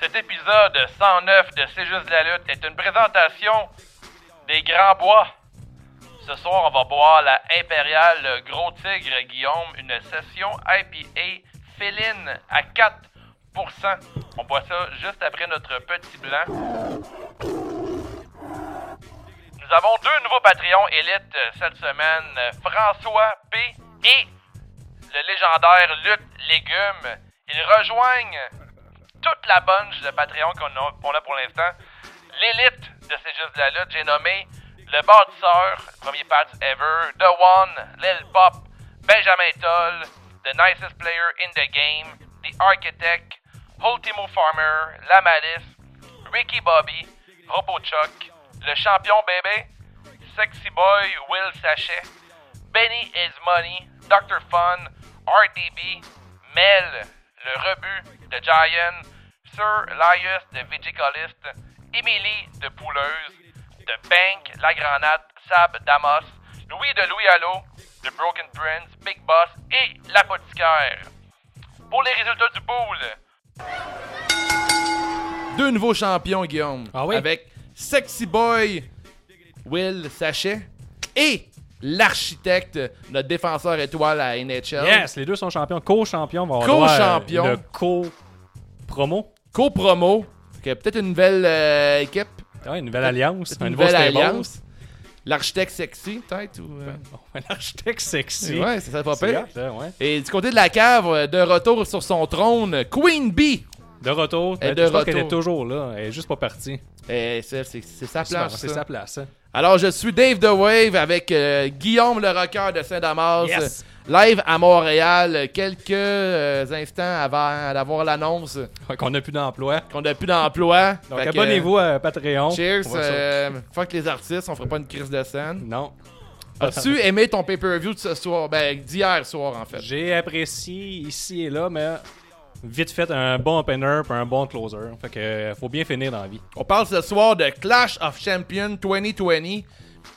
Cet épisode 109 de C'est juste de la lutte est une présentation des grands bois. Ce soir, on va boire la impériale Gros Tigre Guillaume, une session IPA féline à 4%. On boit ça juste après notre petit blanc. Nous avons deux nouveaux Patreons élites cette semaine, François P et le légendaire Luc Légumes. Ils rejoignent toute la bunch de Patreon qu'on a, qu'on a pour l'instant. L'élite de C'est juste de la lutte, j'ai nommé le bâtisseur, premier patch ever, The One, Lil Pop, Benjamin Toll, The Nicest Player in the Game, The Architect, Ultimo Farmer, La Malice, Ricky Bobby, Robo Chuck, Le Champion Bébé, Sexy Boy Will Sachet, Benny is Money, Dr. Fun, RDB, Mel, le rebut de Giant, Sir Laius de Vigicolist, Emily de Pouleuse, de Bank, La Granate, Sab Damas, Louis de Louis Allo, The Broken Prince, Big Boss et l'apothicaire. Pour les résultats du pool, deux nouveaux champions, Guillaume. Ah oui? Avec Sexy Boy Will Sachet et l'architecte, notre défenseur étoile à NHL. Yes, les deux sont champions. Co-champion, va avoir Co-champion. droit à une co-promo. Co-promo. qui a peut-être une nouvelle euh, équipe. Ouais, Ah, une nouvelle alliance. Une un nouveau nouvelle stable. alliance. L'architecte sexy, peut-être. Ou, euh, Bon, un architecte sexy. Ouais, ça serait pas C'est pire. hot, ça, ouais. Et du côté de la cave, euh, de retour sur son trône, Queen Bee. De retour. Elle est Ben, de je pense qu'elle retour. est toujours là. Elle est juste pas partie. Eh, C'est c'est- c'est sa Super, place. C'est ça. sa place. hein. Alors, je suis Dave The Wave avec euh, Guillaume le rocker de Saint-Damas. Yes. euh, Live à Montréal, euh, quelques euh, instants avant d'avoir l'annonce Fait qu'on n'a plus d'emploi. qu'on n'a plus d'emploi. Donc Fait que, abonnez-vous à Patreon. euh, Cheers. On va ça- euh, fuck les artistes, on fera pas une crise de scène. Non. As-tu aimé ton pay-per-view de ce soir? Ben, d'hier soir, en fait. J'ai apprécié ici et là, mais vite fait un bon opener puis un bon closer. Fait que euh, faut bien finir dans la vie. On parle ce soir de Clash of Champions 2020,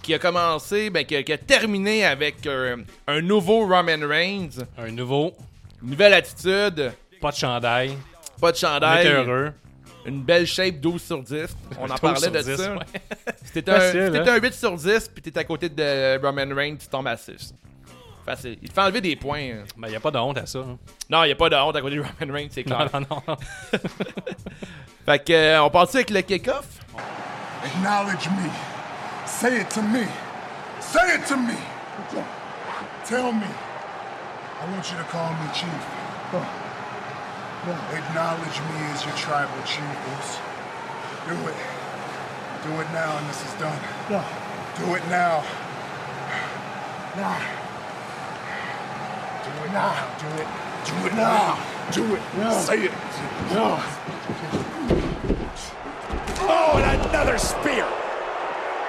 qui a commencé, ben, qui a, qui a terminé avec euh, un nouveau Roman Reigns. Un nouveau, Nouvelle attitude, pas de chandail. pas de On était chandail, heureux. une belle shape 12 sur 10. On en 12 parlait sur de 10, ça. ouais. C'était un, Facile, c'était hein? un 8 sur 10, puis t'es à côté de Roman Reigns, tu tombes à 6. Facile. Il te fait enlever des points. hein. Ben, y a pas de honte à ça. hein. Non, il n'y a pas de honte à côté de Roman Reigns, c'est Non, clair. non, non. Fait que, euh, on part avec le kick-off? Acknowledge me. Say it to me. Say it to me. Tell me. I want you to call me chief. Acknowledge me as your tribal chief, Bruce. Do it. Do it now, and this is done. Do it now. Now. Do it now. Do it. Do it now. Do it. Say it. Oh, and another spear.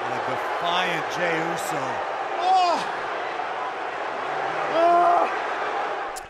The defiant Jey Uso.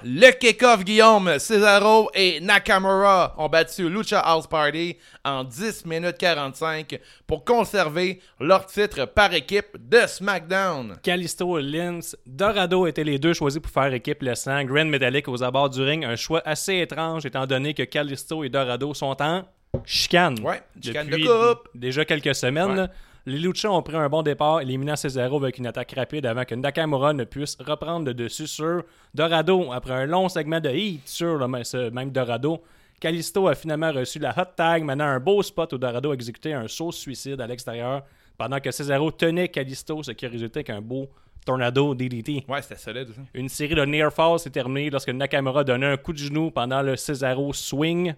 Le kick-off, Guillaume, Cesaro et Nakamura ont battu Lucha House Party en 10 minutes 45 pour conserver leur titre par équipe de SmackDown. Callisto Lins, Dorado étaient les deux choisis pour faire équipe, laissant Grand Metallic aux abords du ring. Un choix assez étrange, étant donné que Callisto et Dorado sont en chicane. Ouais, chicane de depuis couple. Déjà quelques semaines. Ouais. là. Les Lucha ont pris un bon départ, éliminant Cesaro avec une attaque rapide avant que Nakamura ne puisse reprendre le dessus sur Dorado. Après un long segment de heat sur le m- ce même Dorado, Callisto a finalement reçu la hot tag, menant un beau spot où Dorado a exécuté un saut suicide à l'extérieur pendant que Cesaro tenait Callisto, ce qui résultait avec un beau tornado DDT. Ouais, c'était solide. ça. Une série de near falls s'est terminée lorsque Nakamura donnait un coup de genou pendant le Cesaro swing.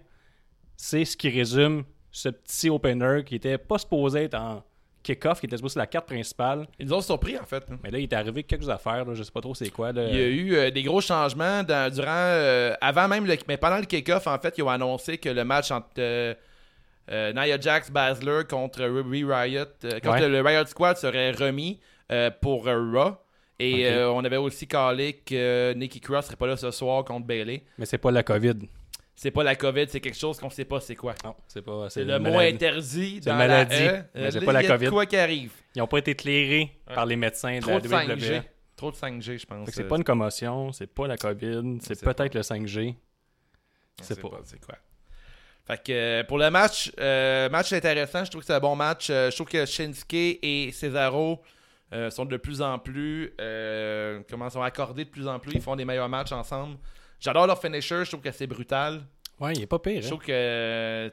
C'est ce qui résume ce petit opener qui était pas supposé être en kick-off, qui était supposé être la carte principale. Ils nous ont surpris, en fait. hein. Mais là, il est arrivé quelques affaires, là, je sais pas trop c'est quoi. là. Il y a eu euh, des gros changements dans- durant, euh, avant même le, mais pendant le kick-off, en fait, ils ont annoncé que le match entre euh, euh, Nia Jax, Basler contre Ruby Riot, euh, contre Ouais. le Riot Squad serait remis euh, pour euh, Raw. Et euh, on avait aussi calé que Nikki Cross serait pas là ce soir contre Bailey. Mais c'est pas la COVID. C'est pas la COVID, c'est quelque chose qu'on sait pas c'est quoi. Non, Ah, c'est pas. C'est une le mot maladie. interdit C'est dans une la maladie, E. mais Euh, c'est pas la il y a de COVID. quoi qui arrive. Ils ont pas été éclairés par les médecins de Trop la de WWE. 5G. Fait Trop de 5G, je pense. que c'est Euh, pas une commotion, c'est pas la COVID, c'est sait peut-être le 5G. on C'est sait pas. c'est quoi. Fait que euh, pour le match, euh, match intéressant, je trouve que c'est un bon match. Euh, je trouve que Shinsuke et Cesaro euh, sont de plus en plus. euh, comment sont accordés de plus en plus. Ils font des meilleurs matchs ensemble. J'adore leur finisher, je trouve que c'est brutal. Ouais, il est pas pire. Je hein. trouve que euh,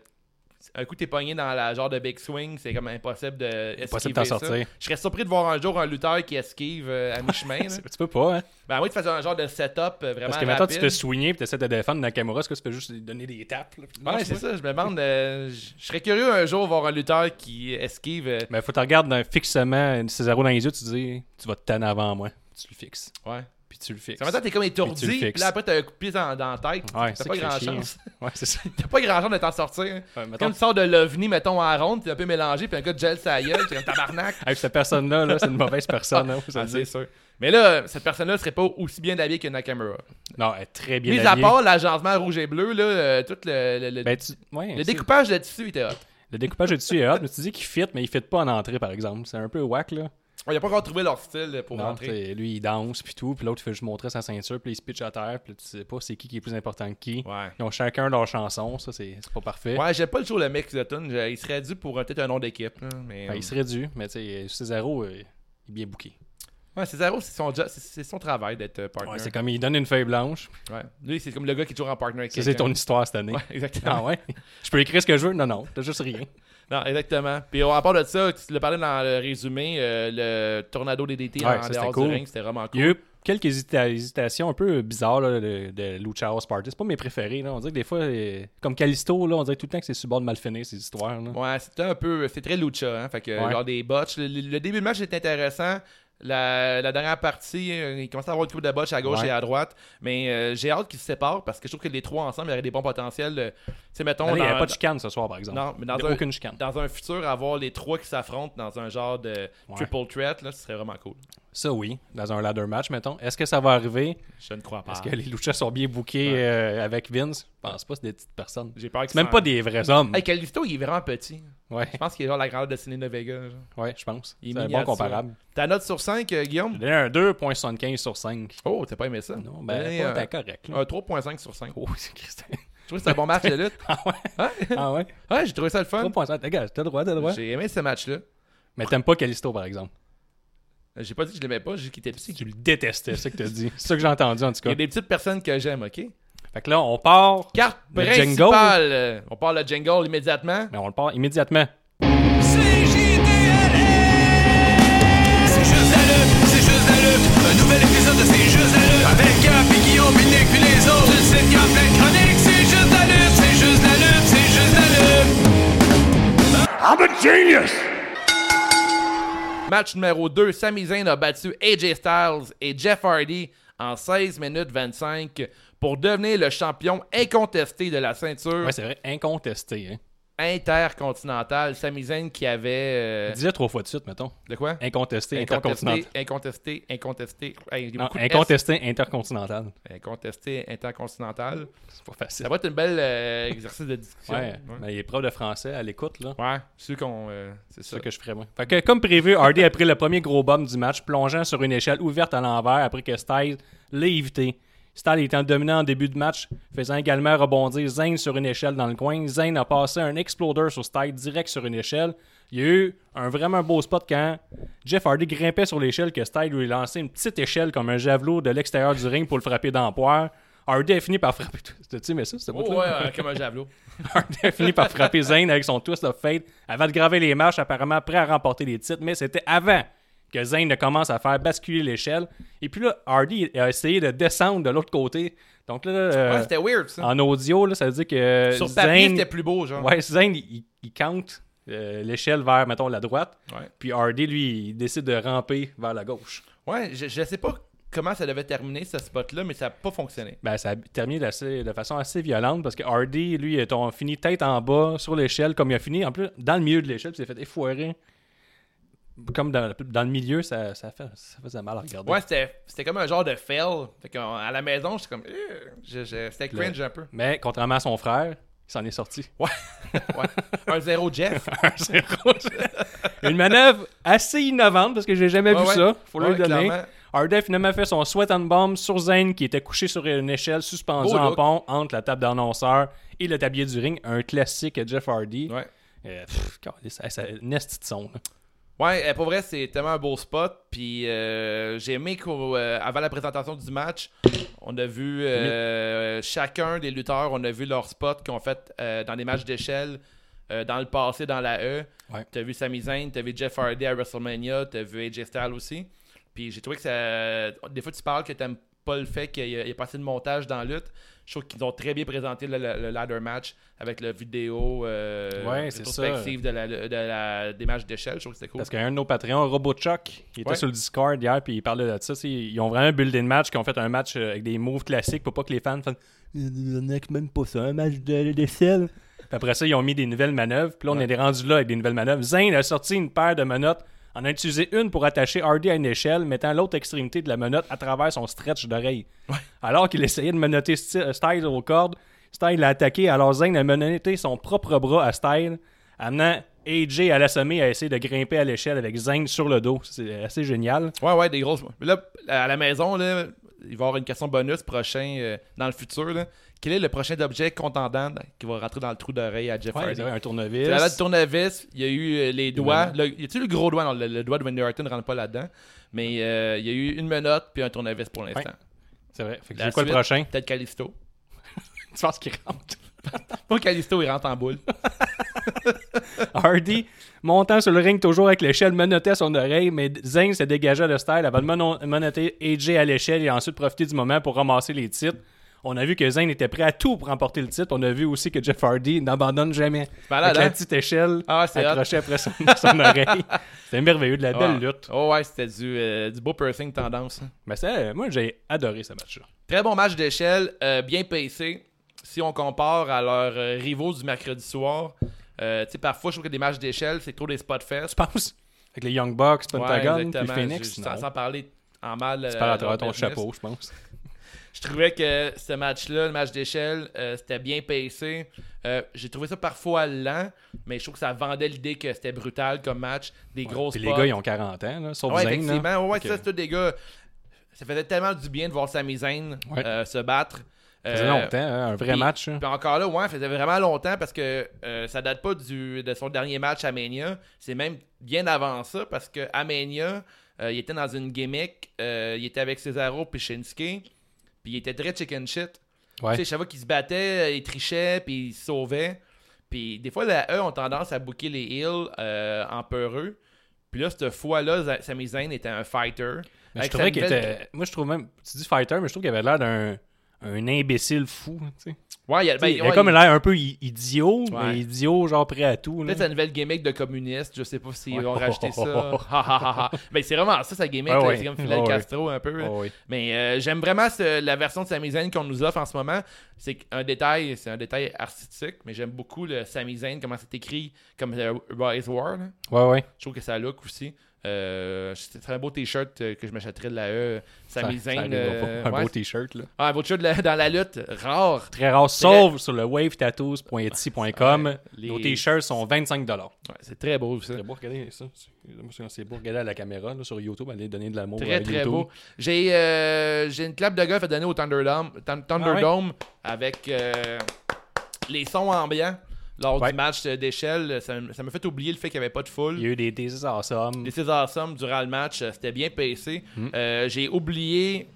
un coup t'es pogné dans la genre de big swing, c'est comme impossible de Impossible d'en esquiver ça. sortir. Je serais surpris de voir un jour un lutteur qui esquive euh, à mi-chemin. là. C'est- Tu peux pas, hein? ben moi, tu faisais un genre de setup euh, vraiment Parce que maintenant, rapide. tu te soignes et tu essaies de défendre Nakamura. Est-ce que tu peux juste lui donner des tapes? là, puis- Ouais, c'est ça, je me demande. euh, je je serais curieux un jour voir un lutteur qui esquive. euh, Mais faut que tu regardes dans- fixement Cesaro dans les yeux, tu dis, tu vas te tanner avant moi. Tu le fixes. Ouais. Puis tu le fixes. Ça veut dire que t'es comme Puis tu le étourdi, puis fixes. là après t'as un coup de pied dans, dans la tête. Ouais, t'as c'est pas grand crichien. chance. Ouais, c'est ça. T'as pas grand chance de t'en sortir. hein. Ouais, C'est mettons- comme tu sors de l'OVNI, mettons, en ronde, t'es un peu mélangé, puis un gars de gel sa gueule, t'es comme tabarnak. Hey, puis cette personne-là, là, c'est une mauvaise personne. hein, faut se Ah, le c'est dire. sûr. Mais là, cette personne-là serait pas aussi bien habillée que Nakamura. non, elle est très bien Mis à habillée. part l'agencement rouge et bleu, là, euh, tout le, le, le- Ben, tu- ouais, le c'est- découpage de tissu était hot. le découpage de dessus est hot, mais tu dis qu'il fit, mais il fit pas en entrée, par exemple. C'est un peu whack, là. On n'a pas encore trouvé leur style pour Non, rentrer. t'sais, lui, il danse, puis tout, puis l'autre, il fait juste montrer sa ceinture, puis il se pitch à terre, puis là, tu sais pas c'est qui qui est plus important que qui. Ouais. Ils ont chacun leur chanson, ça, c'est c'est pas parfait. Ouais, j'aime pas le show le mec de Tune. Il serait dû pour euh, peut-être un nom d'équipe. hein, mais... Fait, Ben, il serait dû, mais tu sais, Cesaro, euh, il est bien bouqué. Ouais, Cesaro, c'est son, jo- c'est- c'est son travail d'être euh, partner. Ouais, c'est comme il donne une feuille blanche. Ouais. Lui, c'est comme le gars qui est toujours en partner avec Ça, c'est quelqu'un. ton histoire cette année. Ouais, exactement. Ah ouais? Je peux écrire ce que je veux? Non, non, t'as juste rien. Non, exactement. Puis on- à part de ça, tu le parlais dans le résumé, euh, le tornado DDT Ouais, en ça, c'était dehors cool. du ring, c'était vraiment Il cool. y a eu quelques hésita- hésitations un peu bizarres là, de, de Lucha House Party. C'est pas mes préférés. Là. On dirait que des fois, euh, comme Calisto, là, on dirait tout le temps que c'est sur le bord de mal finir ces histoires. là. Ouais, c'était un peu. C'est très lucha, hein. Fait que, Ouais. genre des botches. Le, le début du match était intéressant. La, la dernière partie, euh, il commençait à avoir une couple de botches à gauche Ouais. et à droite. Mais euh, j'ai hâte qu'ils se séparent parce que je trouve que les trois ensemble, il y aurait des bons potentiels. euh, Tu sais, mettons. Allez, il n'y dans- avait pas de chicane ce soir, par exemple. Non, mais dans Il y a un, aucune chicane. dans un futur, avoir les trois qui s'affrontent dans un genre de Ouais. triple threat, là, ce serait vraiment cool. Ça, oui. Dans un ladder match, mettons. Est-ce que ça va arriver? Je ne crois pas. Est-ce que les Luchas sont bien bookés euh, avec Vince? Je pense pas, c'est des petites personnes. J'ai peur que C'est même ça- pas des vrais hommes. Hey, Calisto, il est vraiment petit. Ouais, Je pense qu'il est genre la grandeur de Selena Vega. genre. ouais, je pense. Il est C'est un bon miniature. comparable. Ta note sur 5, Guillaume Je donnais un 2.75 sur 5. Oh, t'as pas aimé ça Non, ben, Donnez, pas euh, t'es correct. là. Un 3.5 sur 5. Oh, c'est Christin. Je trouve que c'est un bon match de lutte. Ah ouais? Hein? Ah ouais? Ouais, j'ai trouvé ça le fun. 3.5. Regarde, t'as le droit, t'as le droit. J'ai aimé ce match-là. Mais t'aimes pas Calisto, par exemple. J'ai pas dit que je l'aimais pas, j'ai dit qu'il était petit. Tu le détestais, c'est ça que t'as dit. C'est ça que j'ai entendu, en tout Il y cas. a des petites personnes que j'aime, ok Fait que là, on part. Carte Le principale. euh, On parle de Jingle immédiatement. Mais on le part immédiatement. C'est juste la lutte, c'est juste la lutte. Un nouvel épisode de C'est juste la lutte. Avec Gap et Guillaume, Nick puis les autres. Une sitcom plein de chroniques. C'est juste la lutte, c'est juste la lutte, c'est juste la lutte. I'm a genius! Match numéro 2, Sami Zayn a battu AJ Styles et Jeff Hardy en 16 minutes 25 pour devenir le champion incontesté de la ceinture Ouais, c'est vrai, incontesté. Hein. intercontinentale. Sami Zayn qui avait... euh, Dis-le trois fois de suite, mettons. de quoi? Incontesté, Incontesté, intercontinental. incontesté, incontesté. Hey, il y a Non, beaucoup de S. incontesté, intercontinental. Incontesté, intercontinental. C'est pas facile. Ça va être une belle euh, exercice de discussion. Ouais, ouais. mais il est prof de français à l'écoute, là. Ouais, ceux qu'on. euh, c'est C'est ça. ça que je ferais, moi. Fait que, comme prévu, Hardy a pris le premier gros bomb du match, plongeant sur une échelle ouverte à l'envers après que Styles l'ait évité. Styles étant dominant en début de match, faisant également rebondir Zayn sur une échelle dans le coin. Zayn a passé un exploder sur Styles direct sur une échelle. Il y a eu un vraiment beau spot quand Jeff Hardy grimpait sur l'échelle que Styles lui lançait une petite échelle comme un javelot de l'extérieur du ring pour le frapper d'empoire. Hardy a fini par frapper. Tu sais, mais ça, c'était Oh, pas ouais, euh, comme un javelot. Hardy a fini par frapper Zayn avec son twist of fate avant de graver les marches, apparemment prêt à remporter les titres, mais c'était avant que Zayn ne commence à faire basculer l'échelle. Et puis là, Hardy a essayé de descendre de l'autre côté. Donc là, euh, Ouais, c'était weird, ça. en audio, là, ça veut dire que Sur Zayn- papier, c'était plus beau, genre. Ouais, Zayn, il, il compte euh, l'échelle vers, mettons, la droite. Ouais. Puis Hardy, lui, il décide de ramper vers la gauche. Ouais, je, je sais pas comment ça devait terminer, ce spot-là, mais ça a pas fonctionné. Ben, ça a terminé d'assez- de façon assez violente parce que Hardy, lui, est on fini tête en bas sur l'échelle comme il a fini. En plus, dans le milieu de l'échelle, puis il s'est fait effoirer. Comme dans, dans le milieu, ça, ça, fait- ça faisait mal à regarder. Ouais, c'était c'était comme un genre de fail. Fait qu'en- à la maison, j'étais comme. euh, je- je- C'était Le- cringe un peu. Mais contrairement à son frère, il s'en est sorti. Ouais. ouais. Un zéro Jeff. C'est rouge. Une manœuvre assez innovante parce que j'ai jamais Ouais, vu ouais. ça. Faut Ouais, le donner. clairement. Hardy a finalement fait son sweat and bomb sur Zayn qui était couché sur une échelle suspendue Beau en look. pont entre la table d'annonceur et le tablier du ring, un classique Jeff Hardy. Ouais. Euh, pff, câlisse, hey, ça- nasty de son. là. Ouais, euh, pour vrai, c'est tellement un beau spot. Puis euh, j'ai aimé qu'avant avant la présentation du match, on a vu euh, chacun des lutteurs, on a vu leur spot qu'on fait euh, dans des matchs d'échelle, euh, dans le passé, dans la E. Ouais. T'as vu Sami Zayn, t'as vu Jeff Hardy à WrestleMania, t'as vu AJ Styles aussi. Puis j'ai trouvé que ça. Des fois, tu parles que t'aimes pas le fait qu'il y ait pas assez de montage dans la lutte. Je trouve qu'ils ont très bien présenté le, le- le ladder match avec la vidéo euh, Ouais, c'est ça. rétrospective de la, de la- des matchs d'échelle. Je trouve que c'était cool. Parce qu'un de nos Patreons, Robochuck, il était Ouais. sur le Discord hier puis il parlait de ça. tu sais, Ils ont vraiment buildé le match, qui ont fait un match euh, avec des moves classiques pour pas que les fans fassent Il y en a qui même pas ça, un match de d'échelle. Puis après ça, ils ont mis des nouvelles manœuvres. Puis là, on est rendu là avec des nouvelles manœuvres. Zayn a sorti une paire de menottes. En a utilisé une pour attacher Hardy à une échelle, mettant l'autre extrémité de la menotte à travers son stretch d'oreille. Alors qu'il essayait de menotter Sti- Styles aux cordes, Styles a attaqué, alors Zayn a menotté son propre bras à Styles, amenant AJ à l'assommer à essayer de grimper à l'échelle avec Zayn sur le dos. C'est assez génial. Ouais, ouais, des grosses. Là, à la maison, là, il va y avoir une question bonus prochain euh, dans le futur. là. Quel est le prochain objet contendant ben, qui va rentrer dans le trou d'oreille à Jeff Ouais, Hardy? c'est vrai, un tournevis. C'est la lettre tournevis, il y a eu euh, les doigts. Le, y a-tu le gros doigt? Non, le, le doigt de Wendy Orton ne rentre pas là-dedans. Mais euh, il y a eu une menotte puis un tournevis pour l'instant. C'est vrai. Fait que La C'est quoi le suite, prochain? Peut-être Calisto. Tu penses qu'il rentre? Pas Calisto, il rentre en boule. Hardy, montant sur le ring toujours avec l'échelle, menottait son oreille, mais Zayn se dégagea de style avant de menon- menotter AJ à l'échelle et ensuite profiter du moment pour ramasser les titres. On a vu que Zayn était prêt à tout pour remporter le titre. On a vu aussi que Jeff Hardy n'abandonne jamais. malade, Avec la hein? petite échelle, Ah, c'est hot. accrochée après son, son oreille. C'était merveilleux, de la belle Ouais. lutte. Oh ouais, c'était du, euh, du beau piercing tendance. hein. Mais ça, moi, j'ai adoré ce match-là. Très bon match d'échelle, euh, bien pacé. Si on compare à leurs euh, rivaux du mercredi soir, euh, tu sais, parfois, je trouve que des matchs d'échelle, c'est trop des spots fest. Tu penses? Avec les Young Bucks, Pentagon, puis Phoenix. Je, non. sans, sans parler en mal. Tu euh, parles à de leur travers ton business. chapeau, je pense. Je trouvais que ce match-là, le match d'échelle, euh, c'était bien pacé. Euh, J'ai trouvé ça parfois lent, mais je trouve que ça vendait l'idée que c'était brutal comme match. Des grosses Puis les gars, ils ont 40 ans, là, sauf Ouais, Zayn. là. effectivement. Ouais, Fait que- ça, c'est tout des gars. Ça faisait tellement du bien de voir Sami Zayn Ouais. euh, se battre. Ça faisait Euh, longtemps, hein, un vrai puis- match. hein. Puis encore là, ouais, faisait vraiment longtemps parce que euh, ça date pas du, de son dernier match à Mania. C'est même bien avant ça parce que à Mania, euh, il était dans une gimmick. euh, il était avec Cesaro puis Shinsuke. Puis il était très chicken shit. Ouais. Tu sais, chaque fois qu'il se battait, euh, il trichait puis il se sauvait. Puis des fois, la E ont tendance à booker les heels euh, en peureux. Puis là, cette fois-là, Za- Sami Zayn était un fighter. Mais je Avec trouvais sa qu'il nouvelle- était. Moi, je trouve même. Tu dis fighter, mais je trouve qu'il avait l'air d'un un imbécile fou. tu sais. Ouais, il, a- ben, il ouais, a comme il- l'air un peu i- idiot, Ouais. mais idiot, genre prêt à tout. là. Peut-être sa nouvelle gimmick de communiste, je sais pas s'ils Mm. Ouais. ont racheté ça. Ha, ha, ha, ha. Mais c'est vraiment ça sa gimmick, Ouais, là, ouais. Ah c'est comme Fidel Ouais, ouais. Castro un peu. là. Ouais, ouais. Mais euh, j'aime vraiment ce- la version de Sami Zayn qu'on nous offre en ce moment. C'est un détail, c'est un détail artistique, mais j'aime beaucoup le Sami Zayn, comment c'est écrit, comme euh, Rise War. là. Ouais, ouais. Je trouve que ça look aussi. Euh, c'est un beau t-shirt euh, que je m'achèterais de la E. Sami Ça- ça Zayn. arrivera euh, pas. Un ouais, beau t-shirt, là. ah, un beau t-shirt de la- dans la lutte, rare. Très rare, sauf sur le wavetattoos.etsy.com. Les- Nos t-shirts sont 25 Ouais, c'est très beau ça. Très beau, regardez ça. C'est- C'est beau, regardez à la caméra là, sur YouTube, allez donner de l'amour à Très, très euh, YouTube. beau. J'ai euh, j'ai une clap de golf à donner au Thunderdome, Ah Thun- Thunderdome avec euh, les sons ambiants lors Ouais. du match euh, d'échelle. Ça m- ça m'a fait oublier le fait qu'il n'y avait pas de foule. Il y a eu des, des awesome. Les César Somme durant le match, euh, c'était bien PC. Mm. Euh, J'ai oublié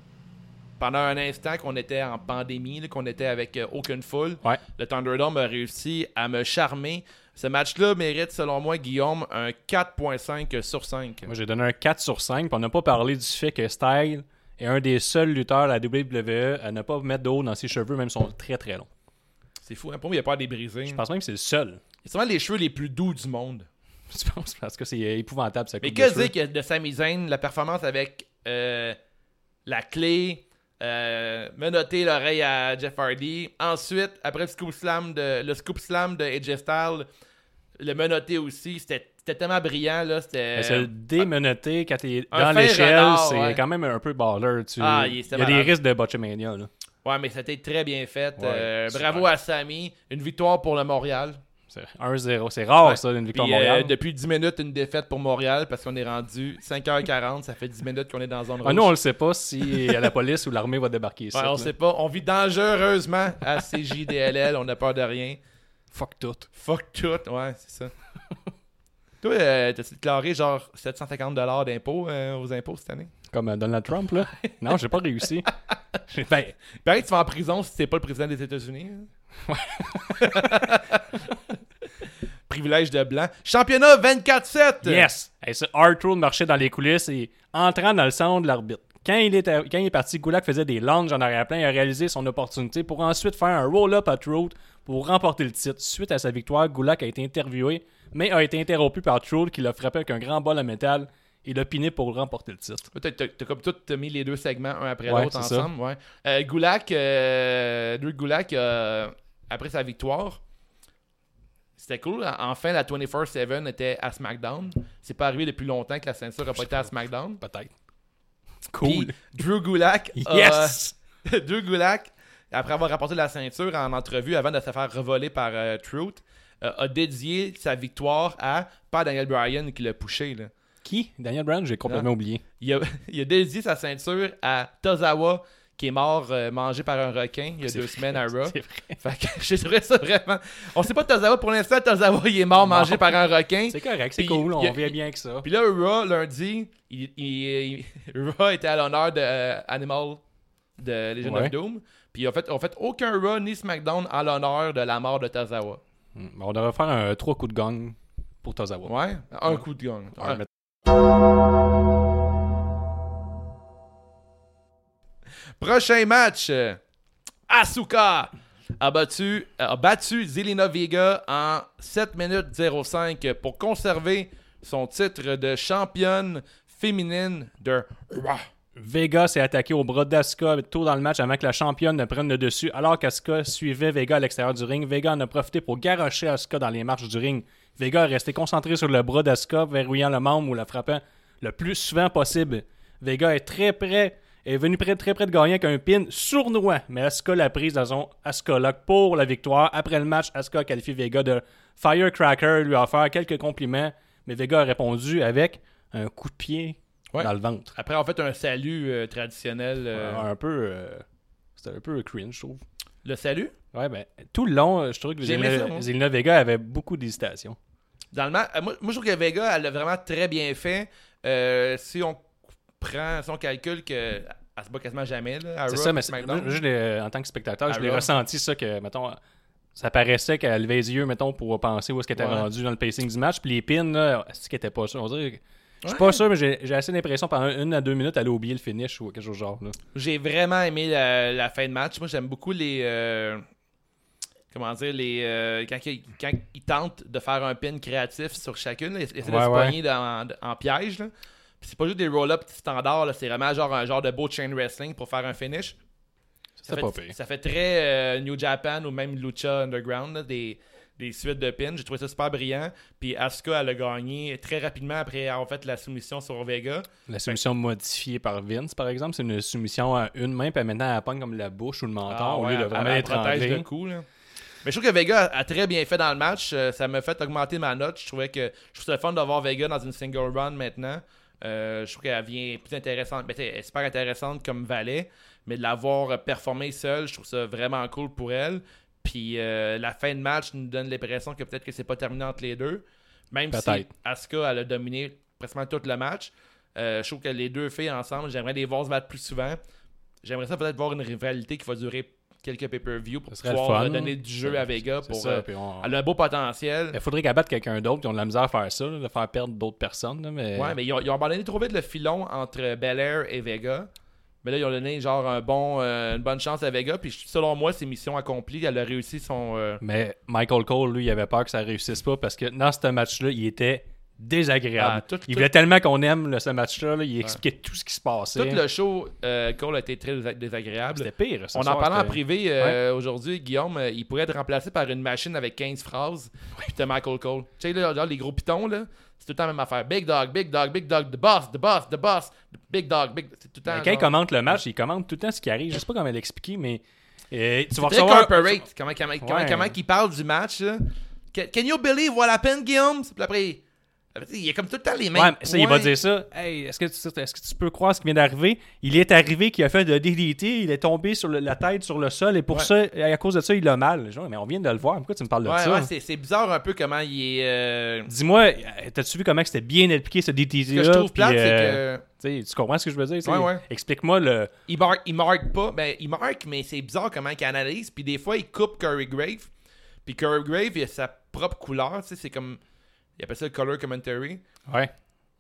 pendant un instant qu'on était en pandémie, là, qu'on était avec euh, aucune foule. Ouais. Le Thunderdome a réussi à me charmer. Ce match-là mérite, selon moi, Guillaume, un 4.5 sur 5. Moi, j'ai donné un 4 sur 5. Puis on n'a pas parlé du fait que Style est un des seuls lutteurs à la WWE à ne pas mettre d'eau dans ses cheveux, même sont très très longs. C'est fou, hein? Pour moi, il n'y a pas à débriser. Je pense même que c'est le seul. C'est vraiment les cheveux les plus doux du monde. Je pense parce que c'est épouvantable ça. Mais que dire que de Sami Zayn, la performance avec euh, la clé, euh, menotter l'oreille à Jeff Hardy. Ensuite, après le scoop slam de, le scoop slam de AJ Styles, le menotter aussi. C'était c'était tellement brillant, là. C'était... se démenoter quand t'es euh, un dans fin l'échelle, renard, c'est ouais. quand même un peu baller. Tu... Ah, il il est- y c'était a des malade. risques de botchamania. Là. Ouais, mais c'était très bien fait. Ouais, Euh, super. bravo à Sami. Une victoire pour le Montréal. C'est 1-0. C'est rare, ça, une victoire Puis, de Montréal. euh, depuis 10 minutes, une défaite pour Montréal parce qu'on est rendu 5h40. ça fait 10 minutes qu'on est dans la zone Ah, rouge. nous, on le sait pas si euh, la police ou l'armée va débarquer ici. Ouais, Ben, on là. sait pas. On vit dangereusement à CJDLL. on a peur de rien. Fuck tout. Fuck tout. Ouais, c'est ça. Toi, euh, t'as-tu déclaré genre 750$ d'impôts euh, aux impôts cette année? Comme euh, Donald Trump, là. non, j'ai pas réussi. J'ai- ben, Il paraît que tu vas en prison si t'es pas le président des États-Unis. hein. Privilège de blanc. Championnat 24-7! yes! Et ça, Arthur marchait dans les coulisses et entrant dans le centre de l'arbitre. Quand il, était, quand il est parti, Goulak faisait des lunges en arrière-plan et a réalisé son opportunité pour ensuite faire un roll-up à Trout pour remporter le titre. Suite à sa victoire, Goulak a été interviewé, mais a été interrompu par Trout qui l'a frappé avec un grand bol à métal et l'a piné pour remporter le titre. T'as- T'as t'as comme tout t'as mis les deux segments un après Ouais, l'autre c'est ça. ensemble. Ouais. Euh, Gulak, euh, Drew Gulak, euh, après sa victoire, c'était cool. En- Enfin, la 24-7 était à SmackDown. C'est pas arrivé depuis longtemps que la ceinture n'a pas été à SmackDown. Peut-être. Cool. Puis, Drew Gulak. a- Yes! Drew Gulak, après avoir rapporté la ceinture en entrevue avant de se faire revoler par euh, Truth, euh, a dédié sa victoire à pas Daniel Bryan qui l'a poussé. Là. Qui? Daniel Bryan, j'ai complètement oublié. Il a, il a dédié sa ceinture à Tozawa, qui est mort euh, mangé par un requin il y a deux semaines à Raw. Ah, C'est vrai. Fait que j'ai trouvé ça vraiment. On sait pas Tozawa pour l'instant. Tozawa, il est mort mangé par un requin. C'est correct, c'est Puis, cool, on il y a- revient bien avec ça. Puis là, Raw, lundi, il, il- il- Raw était à l'honneur de euh, Animal de Legend Ouais. of Doom. Puis en fait, on fait aucun Raw ni SmackDown à l'honneur de la mort de Tozawa. Mm, On devrait faire un trois coups de gang pour Tozawa. Ouais, un coup de gang. Ouais, Ouais. mais- Prochain match, euh, Asuka a battu, a battu Zelina Vega en 7 minutes 05 pour conserver son titre de championne féminine de Raw. Vega s'est attaqué au bras d'Asuka tôt dans le match avant que la championne ne prenne le dessus, alors qu'Asuka suivait Vega à l'extérieur du ring. Vega en a profité pour garrocher Asuka dans les marches du ring. Vega est resté concentré sur le bras d'Asuka, verrouillant le membre ou la frappant le plus souvent possible. Vega est très près, est venu près, très près de gagner avec un pin sournois, mais Asuka l'a prise dans son Asuka Lock pour la victoire. Après le match, Asuka qualifie Vega de Firecracker, lui a offert quelques compliments, mais Vega a répondu avec un coup de pied Ouais. dans le ventre. Après, en fait, un salut euh, traditionnel. euh, Euh, un peu. euh, C'était un peu cringe, je trouve. Le salut? Ouais, ben, tout le long, euh, je trouve que J'ai aimé ça, Zelina moi. Zelina Vega avait beaucoup d'hésitations. Dans le match, euh, moi, moi, je trouve que Vega, elle l'a vraiment très bien fait. Euh, si on prend, si on calcule que elle se bat quasiment jamais là, à C'est Raw ça, et mais c'est- SmackDown. moi, je l'ai- euh, en tant que spectateur, je l'ai Alors? ressenti ça que, mettons, ça paraissait qu'elle levait les yeux, mettons, pour penser où est-ce qu'elle était Ouais. rendue dans le pacing du match. Puis les pins, là, est-ce qu'elle était pas sûre? On dirait que- Je suis pas sûr, mais j'ai j'ai assez l'impression pendant une à deux minutes, elle a oublié le finish ou quelque chose du genre. là. J'ai vraiment aimé la, la fin de match. Moi, j'aime beaucoup les. euh, comment dire, les. euh, quand, ils, quand ils tentent de faire un pin créatif sur chacune, là, ils essaient de Ouais, se ouais. pogner dans- en piège. là. Puis c'est pas juste des roll-ups standards, là, c'est vraiment genre un genre de beau chain wrestling pour faire un finish. Ça C'était fait, pas pire. ça fait très euh, New Japan ou même Lucha Underground, là, des, des suites de pins. J'ai trouvé ça super brillant. Puis Asuka, elle a gagné très rapidement après avoir fait la soumission sur Vega. La soumission modifiée par Vince, par exemple, c'est une soumission à une main, puis maintenant elle pogne comme la bouche ou le menton, Ah au ouais, lieu de elle- vraiment elle être protège le coup, là. Mais je trouve que Vega a- a très bien fait dans le match. Euh, ça m'a fait augmenter ma note. Je trouvais que je trouve ça le fun d'avoir Vega dans une single run maintenant. Euh, je trouve qu'elle vient plus intéressante. Mais tu sais, elle est super intéressante comme valet. Mais de l'avoir euh, performé seule, je trouve ça vraiment cool pour elle. Puis euh, la fin de match nous donne l'impression que peut-être que c'est pas terminé entre les deux. Même si Peut-être. Asuka elle a dominé presque tout le match. Euh, je trouve que les deux filles ensemble, j'aimerais les voir se battre plus souvent. J'aimerais ça peut-être voir une rivalité qui va durer quelques pay-per-view pour Ce serait le pouvoir fun. euh, donner du jeu à Vega. C'est Pour, ça, euh, puis on- elle a un beau potentiel. Il faudrait qu'elle batte quelqu'un d'autre, puis on a de la misère à faire ça, là, de faire perdre d'autres personnes. là, mais... Ouais, mais ils ont, ils ont abandonné trop vite le filon entre Belair et Vega. Mais là, ils ont donné genre un bon, euh, une bonne chance à Vega. Puis selon moi, c'est mission accomplie. Elle a réussi son. euh, Mais Michael Cole, lui, il avait peur que ça réussisse pas parce que dans ce match-là, il était désagréable. Ah, tout- il tout- voulait tellement qu'on aime là, ce match-là, là, il expliquait tout ce qui se passait. Tout le show, euh, Cole a été très désa- C'était désagréable. pire. ce On en soir, parlait en c'était- privé euh, aujourd'hui, Guillaume. euh, il pourrait être remplacé par une machine avec 15 phrases. Puis t'as Michael Cole. Tu sais, là, genre, les gros pitons, là, c'est tout le temps la même affaire. Big dog, big dog, big dog, the boss, the boss, the boss, the big dog, big. C'est tout le temps. Mais Quand il genre- commente le match, il commente tout le temps ce qui arrive. Je sais pas comment l'expliquer, mais euh, tu vas Très recevoir. corporate. Comment, comment, comment, Ouais. comment il parle du match, là. Can, can you believe what happened, Guillaume? Puis après, il- après, il y a comme tout le temps les mêmes. Ouais, mais ça, il va points. dire ça. Hey, est-ce que, tu- est-ce que tu peux croire ce qui vient d'arriver? Il est arrivé qu'il a fait de DDT, il est tombé sur le- la tête sur le sol et pour Ouais. ça, à à cause de ça, il a mal. Genre, mais on vient de le voir. Pourquoi tu me parles de Ouais, ça? ouais, c'est- c'est bizarre un peu comment il est. euh, Dis-moi, euh, t'as-tu vu comment que c'était bien expliqué ce DDT-là? Ce que je trouve plate, c'est que- euh, Tu comprends ce que je veux dire? tu sais? Ouais, ouais. Explique-moi le. il marque, il marque pas. Ben, il marque, mais c'est bizarre comment il analyse. Puis des fois, il coupe Curry Grave. Puis Curry Grave, il a sa propre couleur. Tu sais, c'est comme. Il appelle ça le color commentary. Ouais.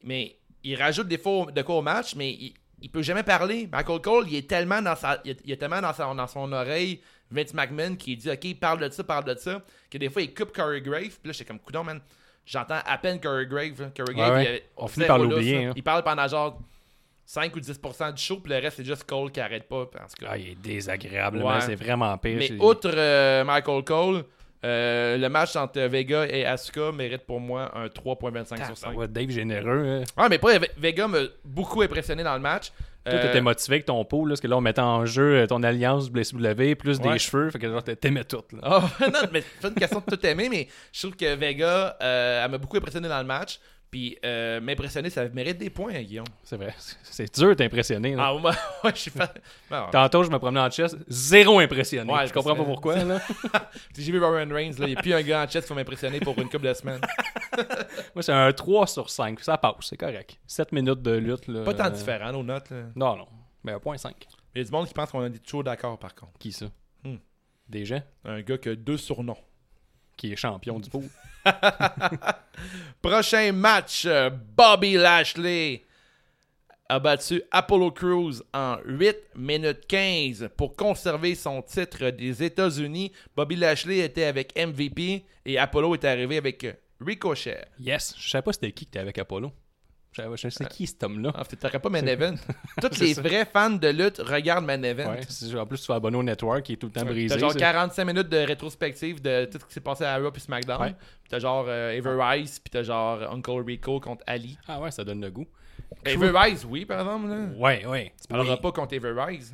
Mais il rajoute des fois de quoi au match, mais il, il peut jamais parler. Michael Cole, il est tellement dans sa, il, est- il est tellement dans, sa- dans son oreille Vince McMahon qui dit Ok, parle de ça, parle de ça, que des fois il coupe Curry Grave. Puis là, j'étais comme Coudon, man. J'entends à peine Curry Grave. là. Curry Grave, Ouais, ouais. il avait- On il finit faisait par pas là, l'oublier, ça. hein. Il parle pendant genre 5 ou 10% du show, puis le reste, c'est juste Cole qui arrête pas. En tout cas. Ah, il est désagréable, Ouais. mais c'est vraiment pire. Mais c'est- outre euh, Michael Cole, euh, le match entre Vega et Asuka mérite pour moi un 3.25 sur 5. Ouais, Dave généreux. hein. Ouais, Ah, mais pas Vega m'a beaucoup impressionné dans le match. Toi, Euh, t'étais motivé avec ton pot, là, parce que là, on mettait en jeu euh, ton alliance du WCW, plus Ouais. des cheveux, fait que genre, t'aimais tout. Là. Oh, non, mais c'est pas une question de tout aimer, mais je trouve que Vega, euh, elle m'a beaucoup impressionné dans le match. Puis euh, m'impressionner, ça mérite des points, hein, Guillaume. C'est vrai. C'est dur d'impressionner. là. Ah, moi, ouais, je suis fan. Bon, Tantôt, je me promenais en chess, zéro impressionné. Ouais, je comprends c'est- pas pourquoi. Là. si j'ai vu Roman Reigns, là, il n'y a plus un gars en chest qui va m'impressionner pour une couple de semaines. Moi, c'est un 3 sur 5. Ça passe, c'est correct. 7 minutes de lutte. Là, Pas tant euh, différent, nos notes. Là. Non, non. Mais un point 5. Il y a du monde qui pense qu'on a des toujours d'accord, par contre. Qui ça Hmm. Des gens Un gars qui a deux surnoms. qui est champion du pot. Prochain match, euh, Bobby Lashley a battu Apollo Crews en 8 minutes 15 pour conserver son titre des États-Unis. Bobby Lashley était avec MVP et Apollo est arrivé avec euh, Ricochet. Yes. Je savais pas c'était qui que t'es avec Apollo. Je savais, je sais qui cet homme-là. Ah, t'aurais pas Man Event. Tous les vrais fans de lutte regardent Man Event. Ouais, c'est- en plus, tu vas abonné au network qui est tout le temps brisé. ah, T'as genre ça. 45 minutes de rétrospective de tout ce qui s'est passé à Raw puis SmackDown. Ouais. Puis T'as genre euh, Ever Rice, puis t'as genre Uncle Rico contre Ali. Ah ouais, ça donne le goût. Ever Rice, oui, par exemple. Là. Ouais, ouais. Tu Alors, pas contre Ever Rice.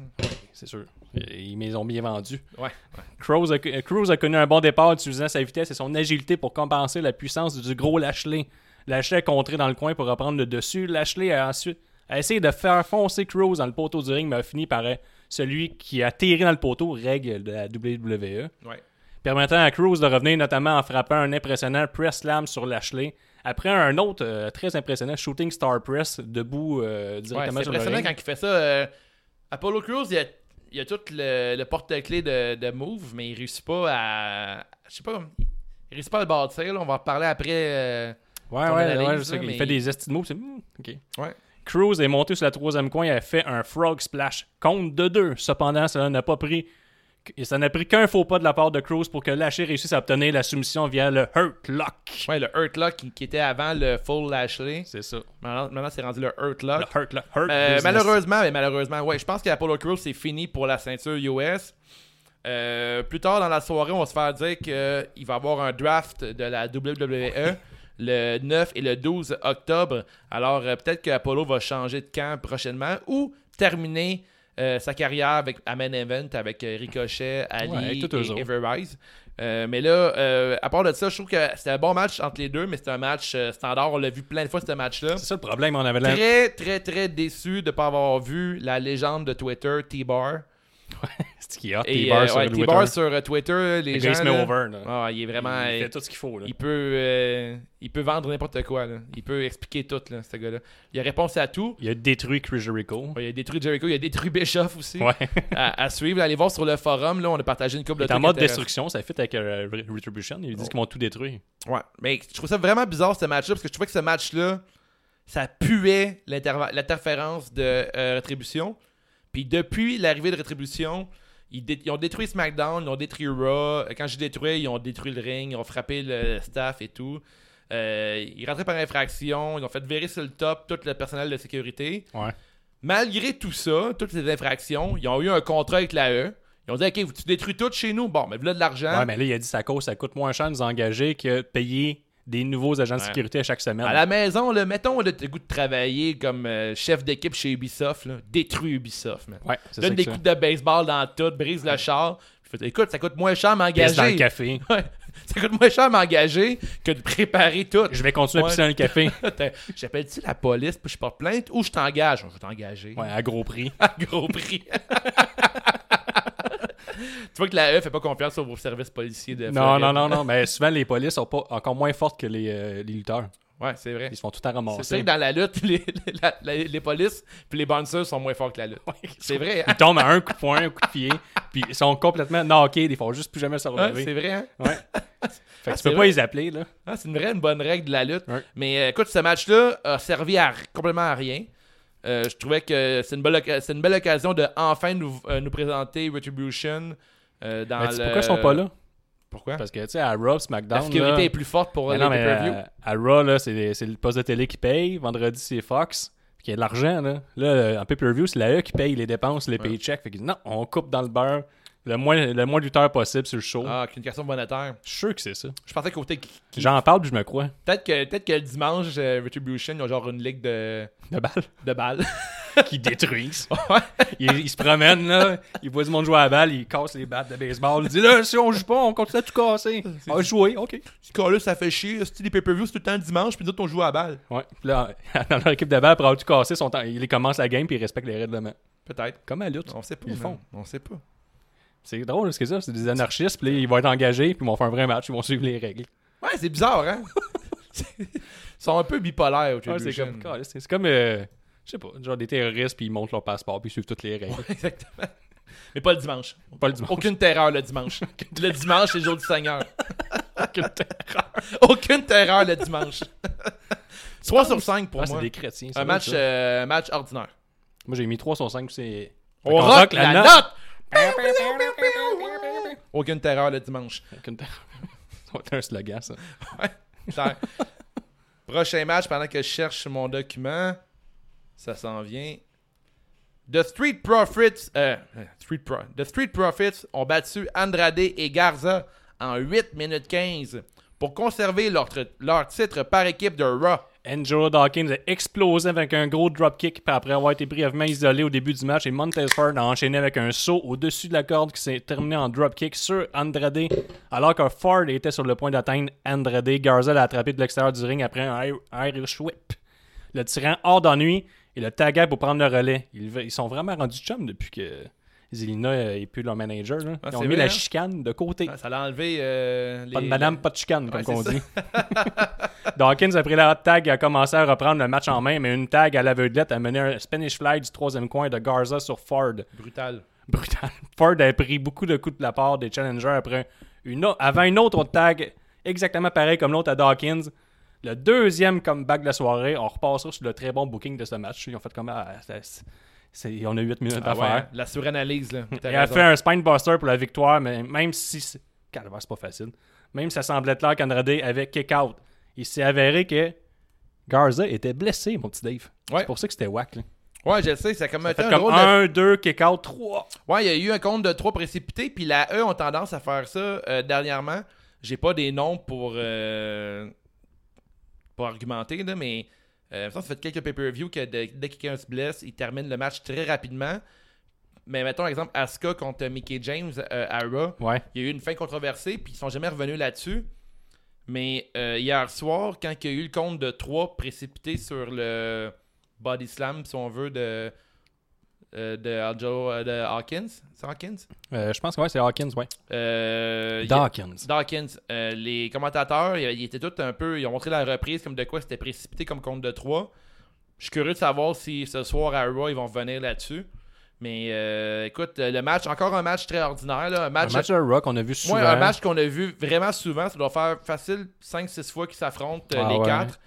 C'est sûr. Ils me les ont bien vendus. Ouais. Cruz a, euh, Cruz a connu un bon départ en utilisant sa vitesse et son agilité pour compenser la puissance du gros Lashley. Lashley a contré dans le coin pour reprendre le dessus. Lashley a ensuite a essayé de faire foncer Cruz dans le poteau du ring, mais a fini par euh, celui qui a tiré dans le poteau, règle de la WWE, Ouais. permettant à Cruz de revenir notamment en frappant un impressionnant press slam sur Lashley. Après un autre euh, très impressionnant shooting star press debout euh, Ouais, directement c'est sur le impressionnant ring. quand il fait ça. euh, Apollo Crews, il a, il a tout le, le porte-clés de, de move, mais il réussit pas à. Je sais pas. Il réussit pas à le bâtir. là. On va en reparler après. euh, Ouais, ton ouais, analyse, ouais, je sais là, qu'il mais- fait des estimaux. C'est... hmm, ok. Ouais. Cruz est monté sur la troisième coin et a fait un frog splash contre de deux. Cependant, cela n'a pas pris. et ça n'a pris qu'un faux pas de la part de Cruz pour que Lashley réussisse à obtenir la soumission via le Hurt Lock. Ouais, le Hurt Lock qui, qui était avant le Full Lashley. C'est ça. Maintenant, maintenant, c'est rendu le Hurt Lock. Le Hurt Lock. Hurt Euh, Business. malheureusement, mais malheureusement, ouais, je pense qu'Apollo Crews c'est fini pour la ceinture US. Euh, plus tard dans la soirée, on va se faire dire qu'il va y avoir un draft de la WWE le 9 et le 12 octobre. Alors euh, peut-être qu'Apollo va changer de camp prochainement ou terminer euh, sa carrière avec à Main Event avec euh, Ricochet, Ouais, avec Ali tous eux et autres. Everrise. Euh, mais là, euh, à part de ça, je trouve que c'était un bon match entre les deux, mais c'était un match euh, standard. On l'a vu plein de fois, ce match-là C'est ça le problème. On avait la... très, très, très déçu de ne pas avoir vu la légende de Twitter, T-Bar. C'est qui a Et, T-Bar euh, sur ouais, le T-Bar Twitter. sur euh, Twitter, les Le gens. gars, il se met là, over, là. ah, il est vraiment. Il Il, fait tout ce qu'il faut. Là. il peut, euh, il peut vendre n'importe quoi. là. Il peut expliquer tout, là, ce gars-là. Il a réponse à tout. Il a détruit Chris Jericho. Ouais, il a détruit Jericho, il a détruit Bischoff aussi. Ouais. À, à suivre, allez voir sur le forum. Là, on a partagé une couple Il de est en trucs mode intéressants. destruction. Ça fit avec euh, Re- Retribution. Ils Oh. disent qu'ils vont tout détruire. Ouais. Mais je trouve ça vraiment bizarre ce match-là parce que je trouvais que ce match-là, ça puait l'interva- l'interférence de euh, Rétribution. Puis depuis l'arrivée de Rétribution, ils, dé- ils ont détruit SmackDown, ils ont détruit Raw. Euh, Quand je dis détruit, ils ont détruit le ring, ils ont frappé le staff et tout. Euh, ils rentraient par infraction, ils ont fait virer sur le top tout le personnel de sécurité. Ouais. Malgré tout ça, toutes ces infractions, ils ont eu un contrat avec la E. Ils ont dit Ok, tu détruis tout chez nous. Bon, mais voilà de l'argent. Ouais, mais là, il a dit ça cause, ça coûte moins cher de nous engager que payer des nouveaux agents de sécurité à chaque semaine. À la maison, là, mettons, là, t'as le goût de travailler comme euh, chef d'équipe chez Ubisoft, là, détruis Ubisoft, man. Ouais, c'est Donne ça des que ça. coups de baseball dans tout, brise le char. Puis fais, écoute, ça coûte moins cher Pisse dans le m'engager. café. Ouais. ça coûte moins cher à m'engager que de préparer tout. Je vais continuer à Ouais. pisser dans le café. Attends, J'appelle-tu la police puis je porte plainte ou je t'engage? Je vais t'engager. Ouais, à gros prix. À gros prix. tu vois que la E fait pas confiance sur vos services policiers de Non, non, non, non. Mais souvent, les polices sont pas encore moins fortes que les, euh, les lutteurs. Ouais, c'est vrai. Ils se font tout à C'est vrai ramasser. que dans la lutte, les, les- la- la- les polices puis les bouncers sont moins forts que la lutte. c'est vrai. hein? Ils tombent à un coup de poing, un coup de pied, puis ils sont complètement knockés. Ils font juste plus jamais se Hein, relever. c'est vrai, hein? Ouais. fait que tu c'est peux pas vrai. les appeler, là. Ah, c'est une vraie une bonne règle de la lutte. Ouais. Mais euh, écoute, ce match-là a servi à r- complètement à rien. Euh, je trouvais que c'est une, belle oca- c'est une belle occasion de enfin nous, euh, nous présenter Retribution euh, dans Mais le... tu sais pourquoi ils sont pas là? Pourquoi? Parce que, tu sais, à Raw, La SmackDown, sécurité là, est plus forte pour mais euh, les non, mais pay-per-view. à, à Raw, là, c'est c'est le poste de télé qui paye. Vendredi, c'est Fox. Puis il y a de l'argent, là. Là, en pay-per-view, c'est la E qui paye les dépenses, les paychecks. Fait qu'ils disent, non, on coupe dans le beurre le moins, le moins de lutteurs possible sur le show. Ah, qu'une question monétaire. Je suis sûr que c'est ça. Je pensais côté J'en parle, puis je me crois. peut-être que peut-être que le dimanche euh, Retribution ils ont genre une ligue de De balle. de balles. Qui détruisent. Ouais. Ils, ils se promènent, là. Ils voient du monde jouer à la balle. Ils cassent les battes de baseball. Ils disent, là, si on joue pas, on continue à tout casser. On va jouer, OK. Ce cas-là, ça fait chier, c'est les pay-per-view c'est tout le temps le dimanche puis nous autres, on joue à la balle. Ouais. Puis là, dans leur équipe de balle, pour avoir tout cassé, son temps, ils commencent la game, puis ils respectent les règlements. Peut-être. Comme à la lutte. On sait pas. Ils le man. font. On sait pas. C'est drôle, ce que ça. C'est des anarchistes, puis là, ils vont être engagés, puis ils vont faire un vrai match, ils vont suivre les règles. Ouais, c'est bizarre hein. ils sont un peu Ouais, bipolaires Retribution. Ah, c'est comme, caliste, c'est comme, euh, je sais pas, genre des terroristes, puis ils montent leur passeport, puis ils suivent toutes les règles. Exactement. Mais pas le dimanche. Pas le dimanche. Aucune terreur le dimanche. le dimanche, c'est le jour du Seigneur. Aucune terreur. Aucune terreur le dimanche. 3 sur 5 pour Ah, c'est moi. des chrétiens. ça, Un match, ça. euh, match ordinaire. Moi, j'ai mis 3 sur 5, c'est. On Fait qu'on rock, rock la la, note. note. Aucune terreur le dimanche. Aucune terreur. Ça va être un slogan, ça. Terre. Prochain match, pendant que je cherche mon document, ça s'en vient. The Street Profits, euh, euh, Street Pro- The Street Profits ont battu Andrade et Garza en 8 minutes 15 pour conserver leur, tr- leur titre par équipe de Raw. Angelo Dawkins a explosé avec un gros dropkick, puis après avoir été brièvement isolé au début du match, et Montez Ford a enchaîné avec un saut au-dessus de la corde qui s'est terminé en dropkick sur Andrade, alors que Ford était sur le point d'atteindre Andrade. Garza l'a attrapé de l'extérieur du ring après un Air- Irish Whip, le tirant hors d'ennui et le taguait pour prendre le relais. Ils, ve- ils sont vraiment rendus chum depuis que Zelina n'est plus leur manager. là. Ah, Ils ont c'est mis la vrai, hein? chicane de côté. Ça l'a enlevé. euh, les- Pas de madame, pas de chicane, comme Ouais, on c'est dit. Dawkins a pris la hot tag et a commencé à reprendre le match en main, mais une tag à l'aveuglette a mené un Spanish fly du troisième coin de Garza sur Ford. Brutal. Brutal. Ford a pris beaucoup de coups de la part des challengers après une au- avant une autre tag exactement pareil comme l'autre à Dawkins. Le deuxième comeback de la soirée, on repassera sur le très bon booking de ce match. Ils ont fait comme... ah, c'est- c'est- on a 8 minutes à Ah ouais, faire. hein, la suranalyse, là. T'as Et a raison. fait un spinebuster pour la victoire, mais même si. c'est- Calvaire, c'est pas facile. Même si ça semblait clair qu'Andrade avait kick-out, il s'est avéré que Garza était blessé, mon petit Dave. Ouais. C'est pour ça que c'était whack. Là. Ouais, je sais, ça a comme été Fait un comme drôle de- 1, 2, kick-out, 3. Ouais, il y a eu un compte de 3 précipité, puis la E ont tendance à faire ça euh, dernièrement. J'ai pas des noms pour, euh, pour argumenter, là, mais euh, ça, ça fait quelques pay-per-view que de- dès que quelqu'un se blesse, il termine le match très rapidement. Mais mettons, exemple, Asuka contre Mickey James euh, à Raw. Ouais. Il y a eu une fin controversée, puis ils sont jamais revenus là-dessus. Mais euh, hier soir, quand il y a eu le compte de 3 précipité sur le body slam, si on veut, de, euh, de, Angelo- euh, de Hawkins, c'est Hawkins? Euh, je pense que ouais, c'est Hawkins, ouais. Euh, il y a- Dawkins. Dawkins. Euh, les commentateurs, ils ils étaient tous un peu. Ils ont montré la reprise comme de quoi c'était précipité comme compte de 3. Je suis curieux de savoir si ce soir à Raw, ils vont revenir là-dessus. Mais euh, écoute, le match, encore un match très ordinaire. Là, un Un match, match de Rock, on a vu souvent. moi, un match qu'on a vu vraiment souvent, ça doit faire facile 5-6 fois qu'ils s'affrontent euh, Ah les ouais. quatre.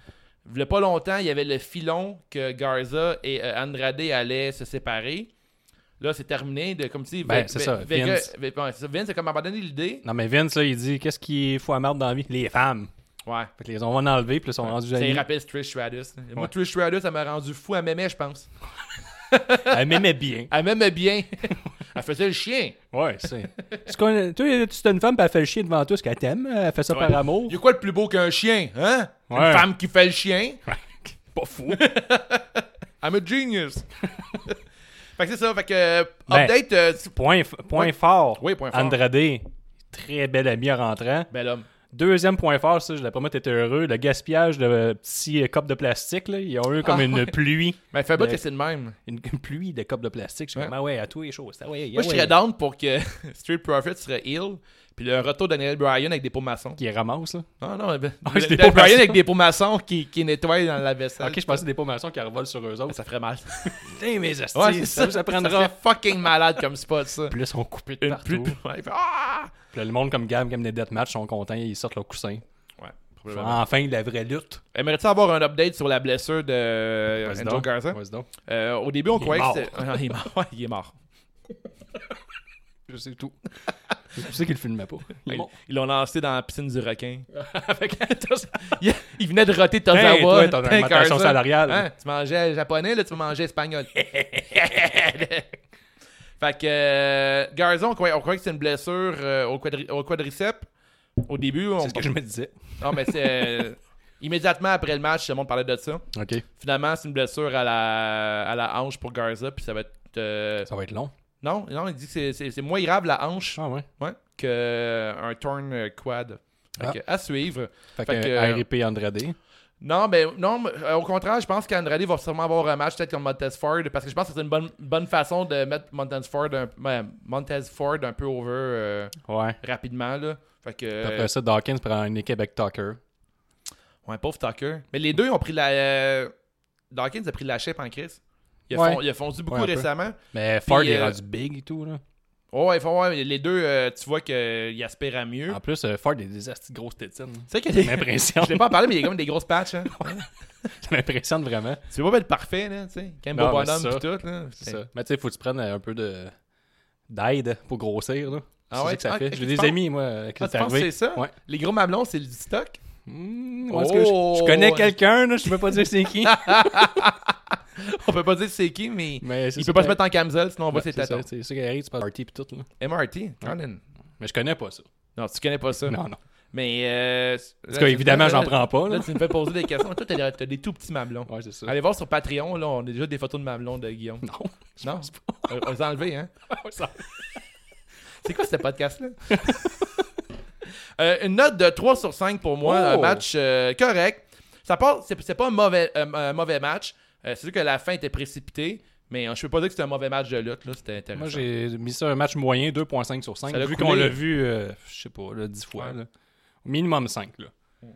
Il y a pas longtemps, il y avait le filon que Garza et euh, Andrade allaient se séparer. Là, c'est terminé. De, comme si Ben, Ve- c'est Ve- ça, Vega- Vince. Ve- ouais, c'est ça, Vince a comme abandonné l'idée. Non, mais Vince, là, il dit qu'est-ce qu'il faut à marre dans la vie Les femmes. Ouais. Fait que les on va enlever, puis là, ils sont rendus Ça amis. il rappelle Trish Stratus. Moi, Trish Stratus, elle m'a rendu fou. Elle m'aimait, je pense. Elle m'aimait bien. Elle m'aimait bien. elle faisait le chien. Ouais, c'est. Tu connais- toi, tu es une femme, puis elle fait le chier devant tous qu'elle t'aime. Elle fait ça par amour. Il y a quoi de plus beau qu'un chien, hein? Ouais. Une femme qui fait le chien. Pas fou. I'm a genius. fait que c'est ça. Fait que, euh, Ben, update, euh, Point, f- point fort. Oui, point fort. Andrade, très bel ami en rentrant. Bel homme. Deuxième point fort, ça, je la promets, t'étais heureux, le gaspillage de euh, petits euh, copes de plastique. Là. Ils ont eu comme Ah, une ouais. pluie. Mais fais pas Mais- que c'est le même. Une, une pluie de copes de plastique. Je suis Ouais. comme, ah ouais, à tous les shows. Ah ouais, Moi, ah je ouais. serais down pour que Street Profit serait heal, puis le retour de Daniel Bryan avec des pots maçons. Qui ramasse, là. Non, non, ben, Ah, c'est des Daniel pots maçons. Bryan avec des pots maçons qui, qui nettoient dans la vaisselle. Ok, je pensais des pots maçons qui revolent sur eux Ben, autres. Ça ferait mal. Putain, mes hosties, Ouais, c'est ça, ça. ça Ça prendra. serait fucking malade comme spot, ça. Puis là, ils sont coupés de Une partout. plus de- Ouais, il fait, Ah! Puis là, le monde comme Gab, comme des deathmatch, sont contents, ils sortent leur coussin. Ouais, probablement. Enfin, de la vraie lutte. Aimerais-tu avoir un update sur la blessure de euh, Vas-y Angel donc. Garza? Vas-y donc. Euh, au début, on est croyait mort. que c'était. Ah, il est mort. Ouais, il est mort. Je sais tout. C'est pour ça qu'ils le filmaient pas. Il est Ils- mort. Ils l'ont lancé dans la piscine du requin. Avec il, il venait de roter Hey, Tozawa. toi, ton augmentation Garza. salariale. Hein, Tu mangeais japonais, là, tu mangeais espagnol. fait que euh, Garza, on croyait, on croyait que c'était une blessure euh, au, quadri- au quadriceps. Au début, on. C'est ce que je me disais. Non, mais c'est. euh, immédiatement après le match, tout le monde parlait de ça. Ok. Finalement, c'est une blessure à la, à la hanche pour Garza, puis ça va être. euh, Ça va être long. Non, non, il dit que c'est- c'est c'est moins grave la hanche Ah ouais. ouais, qu'un torn euh, quad. Fait Ah. que, à suivre. Fait, Fait que, que, euh, R.I.P. Andrade. Non, mais non, mais, euh, au contraire, je pense qu'Andrade va sûrement avoir un match peut-être comme Montez Ford parce que je pense que c'est une bonne, bonne façon de mettre Montez Ford un, ouais, Montez Ford un peu over euh, Ouais. Euh, rapidement. Là. Fait que, Puis Après ça, Dawkins prend une équipe avec Tucker. euh, ouais, pauvre Tucker. Mais les deux ont pris la. euh, Dawkins a pris la shape en crise. Il a, Ouais. fond- il a fondu beaucoup Ouais, un peu. récemment. Mais Ford il est euh, rendu big et tout. Là. Oh, ouais, faut- ouais, les deux, euh, tu vois qu'ils aspirent à mieux. En plus, euh, Ford il a des astis de grosses tétines. Tu sais qu'il y a des- Ça m'impressionne. Je l'ai pas en parlé, mais il y a comme des grosses patchs. Hein. Ça m'impressionne vraiment. Tu veux pas être parfait, là, tu sais. Quand même beau Non, mais bonhomme c'est pis tout, là. C'est ça. Mais tu sais, faut que tu prennes euh, un peu de d'aide pour grossir. Là. Ah c'est ouais? ça que ça Ah, fait. tu J'ai des penses- amis, moi, euh, qui Ah, sont tu penses que arrivés. c'est ça? Ouais. Les gros mamelons, c'est du stock? Mmh, ouais, est-ce que je, je connais Oh! quelqu'un, là, je peux pas dire c'est qui. On peut pas dire c'est qui, mais, Mais c'est il ça peut pas que- se mettre en camisole, sinon on voit Ouais, ses c'est ça, tatons. C'est ça qui arrive, tu parles party pis tout. Là. MRT, Conan. Mais je connais pas ça. Non, tu connais pas ça. Non, non. Mais, euh... En tout cas, évidemment, j'en prends pas, là. Là, tu me fais poser des questions. Toi, t'as t'as des tout petits mamelons. Ouais, c'est ça. Allez voir sur Patreon, là, on a déjà des photos de mamelons de Guillaume. Non. Non? On on les a enlevés, hein? C'est quoi ce podcast-là? Euh, une note de 3 sur 5 pour moi, Oh! un match euh, correct. Ça part, c'est, c'est pas un mauvais, euh, un mauvais match. Euh, c'est sûr que la fin était précipitée, mais euh, je peux pas dire que c'était un mauvais match de lutte. Là. C'était intéressant. Moi, j'ai mis ça un match moyen, 2.5 sur 5. Ça l'a vu coulé. qu'on l'a vu, euh, je sais pas, là, 10 fois. Ouais. là. Au minimum 5. Là.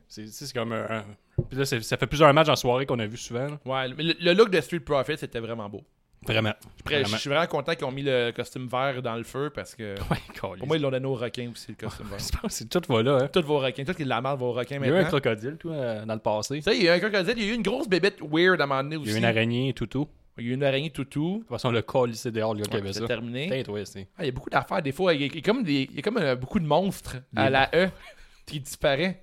C'est, tu sais, c'est comme un. un- Puis là, c'est- ça fait plusieurs matchs en soirée qu'on a vu souvent. là. Ouais, le, le look de Street Profit, c'était vraiment beau. Vraiment. Après, Vraiment. je suis vraiment content qu'ils ont mis le costume vert dans le feu parce que Ouais, câlisse. pour moi, ils l'ont donné aux requins aussi, le costume vert. Je pense que c'est tout voilà. Hein. Toutes vos requins, toutes les la marde vos requins Il y a eu un maintenant. crocodile, toi, euh, dans le passé. Ça, il y a eu un crocodile, il y a eu une grosse bébête weird à un moment donné Il aussi. y a eu une araignée et tout tout. De Il y a eu une araignée toutou. toute façon, le col, c'est dehors, le gars qui Ouais, avait c'est ben ça. terminé. Putain, toi, c'est. Ah, il y a beaucoup d'affaires. Des fois, il y a, il y a comme, des, il y a comme euh, beaucoup de monstres à la E qui disparaissent.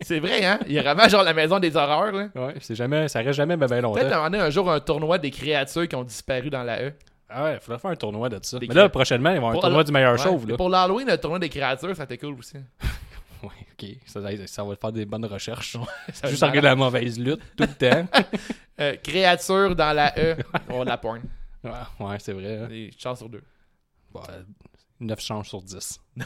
C'est vrai, hein? Il y a vraiment genre la maison des horreurs, là. Ouais, c'est jamais, ça reste jamais ben, ben longtemps. Peut-être demander un jour un tournoi des créatures qui ont disparu dans la E. Ah ouais, il faudrait faire un tournoi de ça. Des Mais là, crêpes. prochainement, il va y avoir un tournoi du meilleur chauve. Là. Pour l'Halloween, un tournoi des créatures, ça t'est cool aussi. Ouais, ok. Ça, ça- ça va faire des bonnes recherches. va Juste être regarder la mauvaise lutte tout le temps. Euh, créatures dans la E. On la porn. Ouais, ouais, c'est vrai. hein. Des chances sur deux. Bon, euh, 9 chances sur 10.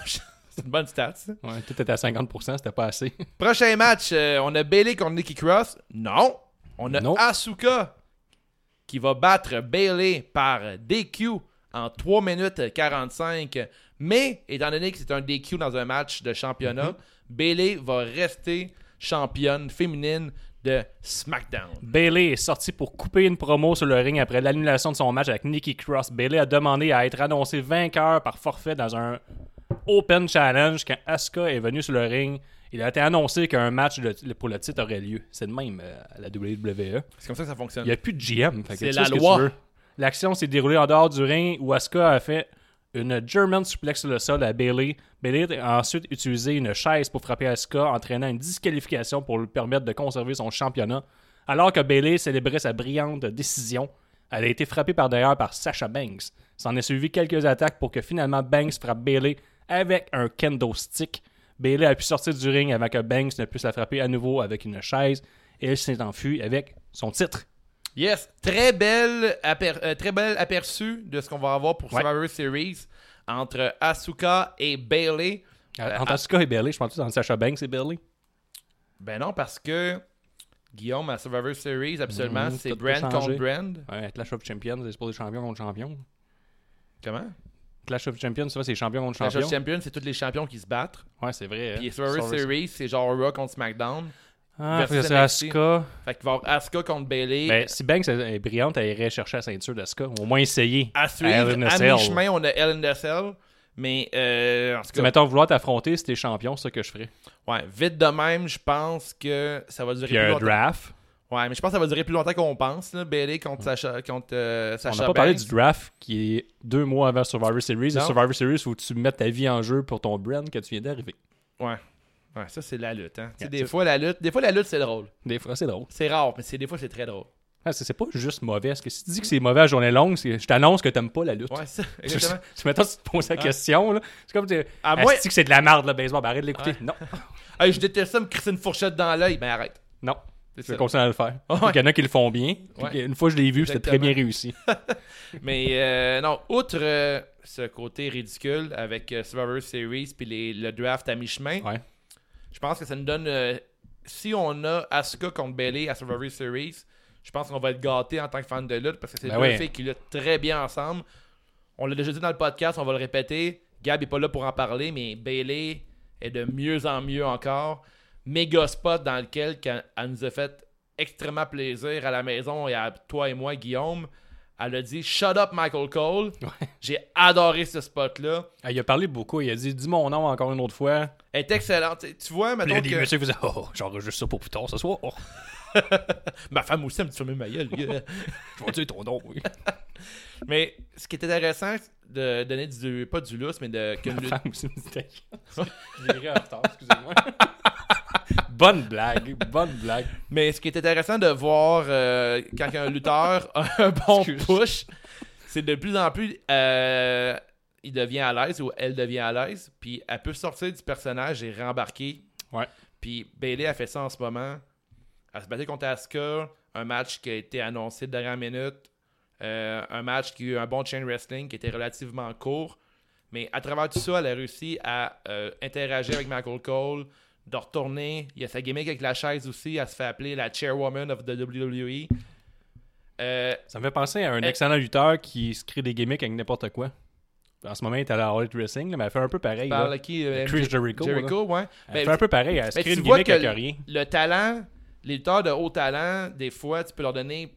C'est une bonne stat, ça. Ouais, tout était à 50%, c'était pas assez. Prochain match, euh, on a Bailey contre Nikki Cross. Non. On a Non. Asuka qui va battre Bailey par DQ en 3 minutes 45. Mais étant donné que c'est un DQ dans un match de championnat, Mhm. Bailey va rester championne féminine de SmackDown. Bailey est sorti pour couper une promo sur le ring après l'annulation de son match avec Nikki Cross. Bailey a demandé à être annoncé vainqueur par forfait dans un Open Challenge quand Asuka est venue sur le ring. Il a été annoncé qu'un match de- pour le titre aurait lieu. C'est de même euh, à la WWE. C'est comme ça que ça fonctionne. Il n'y a plus de GM. fait que C'est tu la fais ce que loi. tu veux. L'action s'est déroulée en dehors du ring où Asuka a fait une German suplex sur le sol à Bailey. Bailey a ensuite utilisé une chaise pour frapper Asuka, entraînant une disqualification pour lui permettre de conserver son championnat. Alors que Bailey célébrait sa brillante décision, elle a été frappée par derrière par Sasha Banks. S'en est suivi quelques attaques pour que finalement Banks frappe Bailey avec un kendo stick. Bailey a pu sortir du ring avant que Banks ne puisse la frapper à nouveau avec une chaise et elle s'est enfuie avec son titre. Yes, très belle, aper- euh, très belle aperçu de ce qu'on va avoir pour Ouais. Survivor Series entre Asuka et Bailey. Euh, Entre Asuka et Bailey, je pense que c'est entre Sacha Banks et Bailey. Ben non, parce que Guillaume, à Survivor Series, absolument, Mhm, c'est tout peut brand changer. contre brand. Ouais, Euh, Clash of Champions, c'est pas des champions contre champions. Comment? Clash of Champions, tu vois, c'est champion contre Clash champion. of Champions, c'est tous les champions qui se battent. Ouais, c'est vrai. hein. Puis Survivor Series, c'est genre Raw contre SmackDown. Ah, parce que versus c'est NXT. Asuka. Fait qu'il va y avoir Asuka contre Bailey. Ben, si Banks est est brillante, elle irait chercher la ceinture d'Asuka. Au moins essayer. à suivre, Hell in a à Cell. mi-chemin, on a Hell in a Cell. Mais, euh, en tout Tu sais, cas, mettons, vouloir t'affronter si t'es champion, c'est ce que je ferais. ouais, vite de même, je pense que ça va durer Puis plus un longtemps. draft. Ouais, mais je pense que ça va durer plus longtemps qu'on pense, là, Bailey contre Sacha, contre, euh, On Sasha n'a pas parlé Banks. du draft qui est deux mois avant Survivor Series. Et Non. Survivor Series où tu mets ta vie en jeu pour ton brand que tu viens d'arriver. Ouais. Ouais, ça, c'est la lutte, hein. Tu sais, Yeah, des ça- fois, la lutte, des fois, la lutte, c'est drôle. Des fois, c'est drôle. C'est rare, mais c'est, des fois, c'est très drôle. Ah, c'est c'est pas juste mauvais. Parce que si tu dis que c'est mauvais à journée longue, c'est- je t'annonce que t'aimes pas la lutte. Ouais, c'est ça, Tu exactement. mettons, si tu te poses la question, là, c'est comme tu Ah, ah, moi- Hein? que c'est de la merde le baseball, ben, arrête de l'écouter. Ouais. Non, Hey, je déteste ça, me crisser une fourchette dans l'œil. Ben, arrête. non. C'est Je ça. continue à le faire. Ouais. Il y en a qui le font bien. puis Ouais. Une fois que je l'ai vu, c'était très bien Exactement. réussi. Mais euh, non, outre euh, ce côté ridicule avec euh, Survivor Series puis les- le draft à mi-chemin, Ouais. je pense que ça nous donne. euh, si on a Asuka contre Bailey à Survivor Series, je pense qu'on va être gâté en tant que fan de lutte parce que c'est Ben deux ouais. filles qui luttent très bien ensemble. On l'a déjà dit dans le podcast, on va le répéter. Gab est pas là pour en parler, mais Bailey est de mieux en mieux encore. Méga spot dans lequel qu'elle- elle nous a fait extrêmement plaisir à la maison et à toi et moi, Guillaume. Elle a dit Shut up, Michael Cole. Ouais. J'ai adoré ce spot-là. Ah, Il a parlé beaucoup. Il a dit Dis mon nom encore une autre fois. Elle est excellente. Tu- Tu Puis il vois, y maintenant a des que. messieurs qui faisaient Oh, j'enregistre ça pour plus tard ce soir. Oh, Ma femme aussi, elle me dit Fermez ma gueule. yeah. je vais dire ton nom. oui. Mais ce qui est intéressant de donner du pas du lousse, mais de que Ma femme aussi me dit ta gueule. Je l'ai ri en retard, excusez-moi. bonne blague, bonne blague. mais ce qui est intéressant de voir euh, quand un lutteur a un bon Excuse. push, c'est de plus en plus euh, il devient à l'aise ou elle devient à l'aise, puis elle peut sortir du personnage et rembarquer. Ouais. Puis Bailey a fait ça en ce moment. Elle se battait contre Asuka, un match qui a été annoncé de dernière minute, euh, un match qui a eu un bon chain wrestling qui était relativement court. Mais à travers tout ça, elle a réussi à euh, interagir avec Michael Cole, de retourner. Il y a sa gimmick avec la chaise aussi. Elle se fait appeler la chairwoman of the WWE. Euh, Ça me fait penser à un excellent lutteur qui se crée des gimmicks avec n'importe quoi. En ce moment, il est à la Hall Wrestling, là, mais elle fait un peu pareil. par là. qui euh, Chris MJ Jericho, Jericho, ouais. Elle Ben, fait un peu pareil. Elle se ben, crée tu une vois gimmick que avec rien. le, le talent, les lutteurs de haut talent, des fois, tu peux leur donner.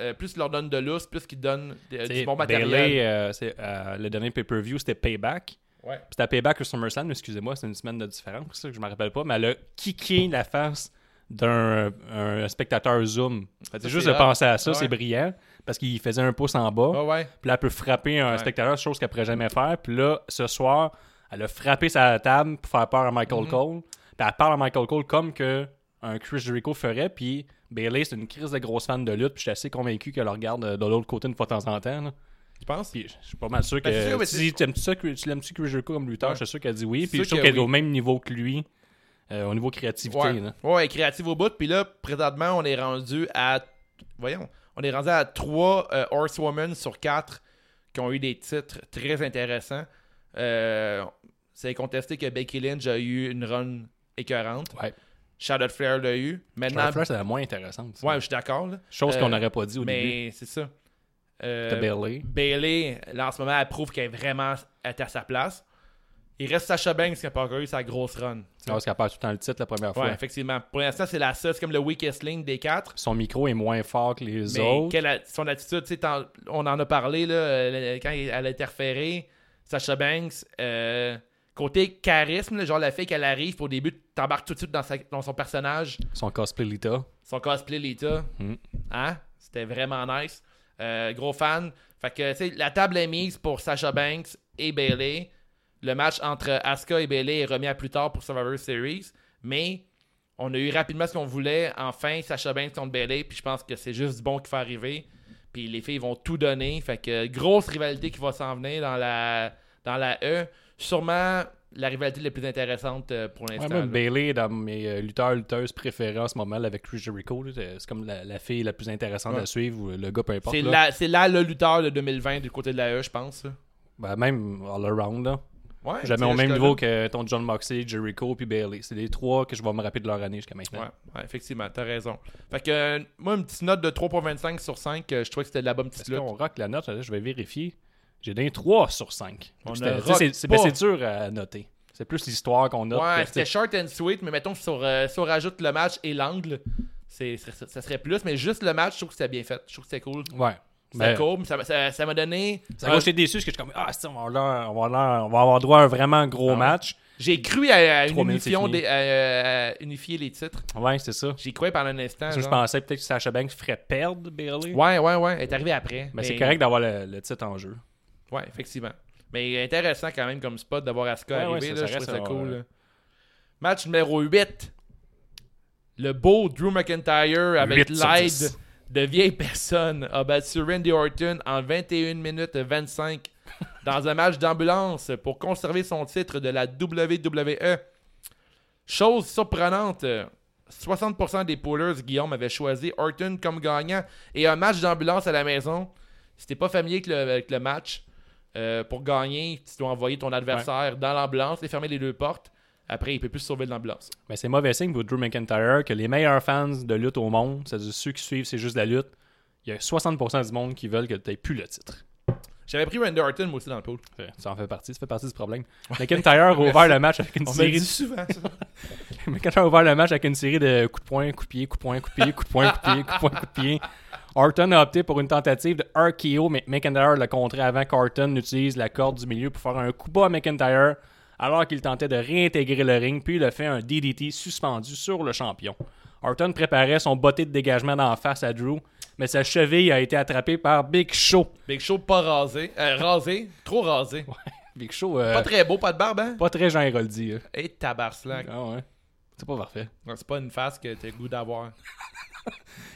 euh, plus tu leur donnes de l'ours, plus qu'ils donnent de- T'sais, du bon matériel. Bayley, euh, c'est, euh, le dernier pay-per-view, c'était Payback. Ouais. C'était à Payback ou SummerSlam, excusez-moi, c'est une semaine de différence, c'est ça que je me rappelle pas, mais elle a kické la face d'un un spectateur Zoom. Fait que Ça, juste c'est de hot. penser à ça, Ah ouais. Ah c'est brillant, parce qu'il faisait un pouce en bas, Ouais, ouais. puis là, elle peut frapper un spectateur, chose qu'elle pourrait jamais faire, puis là, ce soir, elle a frappé sa table pour faire peur à Michael Mhm. Cole, puis elle parle à Michael Cole comme que un Chris Jericho ferait, puis Bailey, c'est une crise de grosse fan de lutte, puis je suis assez convaincu qu'elle le regarde euh, de l'autre côté une fois de temps en temps, là. Tu penses? Puis je suis pas mal sûr que. Ben, c'est sûr, mais si tu aimes ça, que- tu l'aimes-tu Chris Jericho comme lutteur, Ouais. je suis sûr qu'elle dit oui. C'est Puis je sûr suis sûr que qu'elle est au oui. même niveau que lui, euh, au niveau créativité. Ouais. là. ouais, créatif au bout. Puis là, présentement, on est rendu à. Voyons. On est rendu à 3 Horsewomen sur 4 qui ont eu des titres très intéressants. Euh, c'est contesté que Becky Lynch a eu une run écœurante. Ouais. Charlotte Flair l'a eu. Maintenant. Charlotte Flair, c'est la moins intéressante. ça. Ouais, je suis d'accord. là. Chose Euh, qu'on n'aurait pas dit au début. Mais c'est ça. Euh, T'as Bailey. Bailey, là en ce moment, elle prouve qu'elle est vraiment elle est à sa place. Il reste Sacha Banks qui a pas encore eu sa grosse run. Parce qu'elle perd tout le temps le titre la première Ouais, fois. effectivement. Pour l'instant, c'est la seule. C'est comme le weakest link des quatre. Son micro est moins fort que les Mais autres. quelle a- son attitude, tu sais, t'en- on en a parlé là, euh, quand elle a interféré, Sacha Banks, euh, côté charisme, là, genre la fille qu'elle arrive, puis au début, t'embarques tout de suite dans, sa- dans son personnage, Son cosplay Lita. son cosplay Lita. Mm. Hein? C'était vraiment nice. Euh, gros fan. Fait que, tu sais, la table est mise pour Sacha Banks et Bailey. Le match entre Asuka et Bailey est remis à plus tard pour Survivor Series. Mais on a eu rapidement ce qu'on voulait. Enfin, Sacha Banks contre Bailey. Puis je pense que c'est juste du bon qui fait arriver. Puis les filles vont tout donner. Fait que grosse rivalité qui va s'en venir dans la, dans la E. Sûrement la rivalité la plus intéressante euh, pour Ouais, l'instant. moi, là. Bailey est dans mes euh, lutteurs, lutteuses préférés en ce moment là, avec Chris Jericho. là. Euh, C'est comme la, la fille la plus intéressante Ouais. à suivre ou euh, le gars, peu importe. c'est là. là, c'est là le lutteur de 2020 du côté de la E, je pense. là. Ben, même all around. Là. Ouais, Jamais tu sais, au même je te niveau que ton John Moxley, Jericho puis Bailey. C'est les trois que je vais me rappeler de leur année jusqu'à maintenant. Ouais, ouais, effectivement, t'as raison. Fait que, euh, moi, une petite note de 3.25 sur 5, euh, je trouvais que c'était de la bonne petite Est-ce qu'on lutte. rock la note? Là, je vais vérifier. J'ai donné 3 sur 5. On C'était- ne tu sais, C'est rock c'est- ben, pas. c'est dur à noter. C'est plus l'histoire qu'on note. Ouais, que- c'était short and sweet, mais mettons, si on, ra- si on rajoute le match et l'angle, c'est- ça serait- ça serait plus, mais juste le match, je trouve que c'était bien fait. Je trouve que c'était cool. ouais. C'était Ben, cool, mais ça m'a ça- ça m'a donné. Ça m'a j'étais déçu parce que je suis comme Ah, c'est ça, on va, avoir- on va avoir- on va avoir droit à un vraiment Ah gros match. J'ai cru à, à une Trois minutes, unifion c'est fini. des- euh, à- à- à unifier les titres. Ouais, c'est ça. J'y croyais pendant un instant. Parce que Je genre. pensais peut-être que Sacha Banks ferait perdre Bailey. Ouais, ouais, ouais. Elle est arrivée après. Mais Ben, c'est correct d'avoir le, le titre en jeu. Ouais, effectivement. Mais intéressant quand même comme spot d'avoir Asuka Ouais, arriver. ouais, ça- ça là, je trouve reste ça un- euh, cool. là. Match numéro 8. Le beau Drew McIntyre avec Huit sur l'aide dix. de vieilles personnes a battu Randy Orton en 21 minutes 25 dans un match d'ambulance pour conserver son titre de la WWE. Chose surprenante, 60% des poolers, Guillaume, avaient choisi Orton comme gagnant et un match d'ambulance à la maison. Si t'es pas familier avec le, avec le match, euh, pour gagner, tu dois envoyer ton adversaire dans l'ambulance et fermer les deux portes. Après, il peut plus sauver de l'ambulance. Mais c'est mauvais signe pour Drew McIntyre que les meilleurs fans de lutte au monde, c'est-à-dire ceux qui suivent, c'est juste la lutte. Il y a 60% du monde qui veulent que tu n'aies plus le titre. J'avais pris Randy Orton, moi aussi, dans le pool. Fait, Ça en fait partie, ça fait partie du problème. McIntyre a ouvert le match avec une On me le série dit de souvent, ça. Mais quand on a ouvert le match avec une série de coups de poing, coups de pied, coups de poing, coups de pied, coups de poing, coups de pied, coups de poing, coups de pied, Orton a opté pour une tentative de RKO, mais McIntyre l'a contré avant qu'Orton utilise la corde du milieu pour faire un coup bas à McIntyre, alors qu'il tentait de réintégrer le ring, puis il a fait un DDT suspendu sur le champion. Orton préparait son botté de dégagement d'en face à Drew, mais sa cheville a été attrapée par Big Show. Big Show pas rasé. Euh, rasé. Trop rasé. Big Show, euh, Pas très beau, pas de barbe, hein? pas très Jean Héroldi. hein. Et tabarcelac. Ah ouais. C'est pas parfait. Non, C'est pas une face que t'as le goût d'avoir.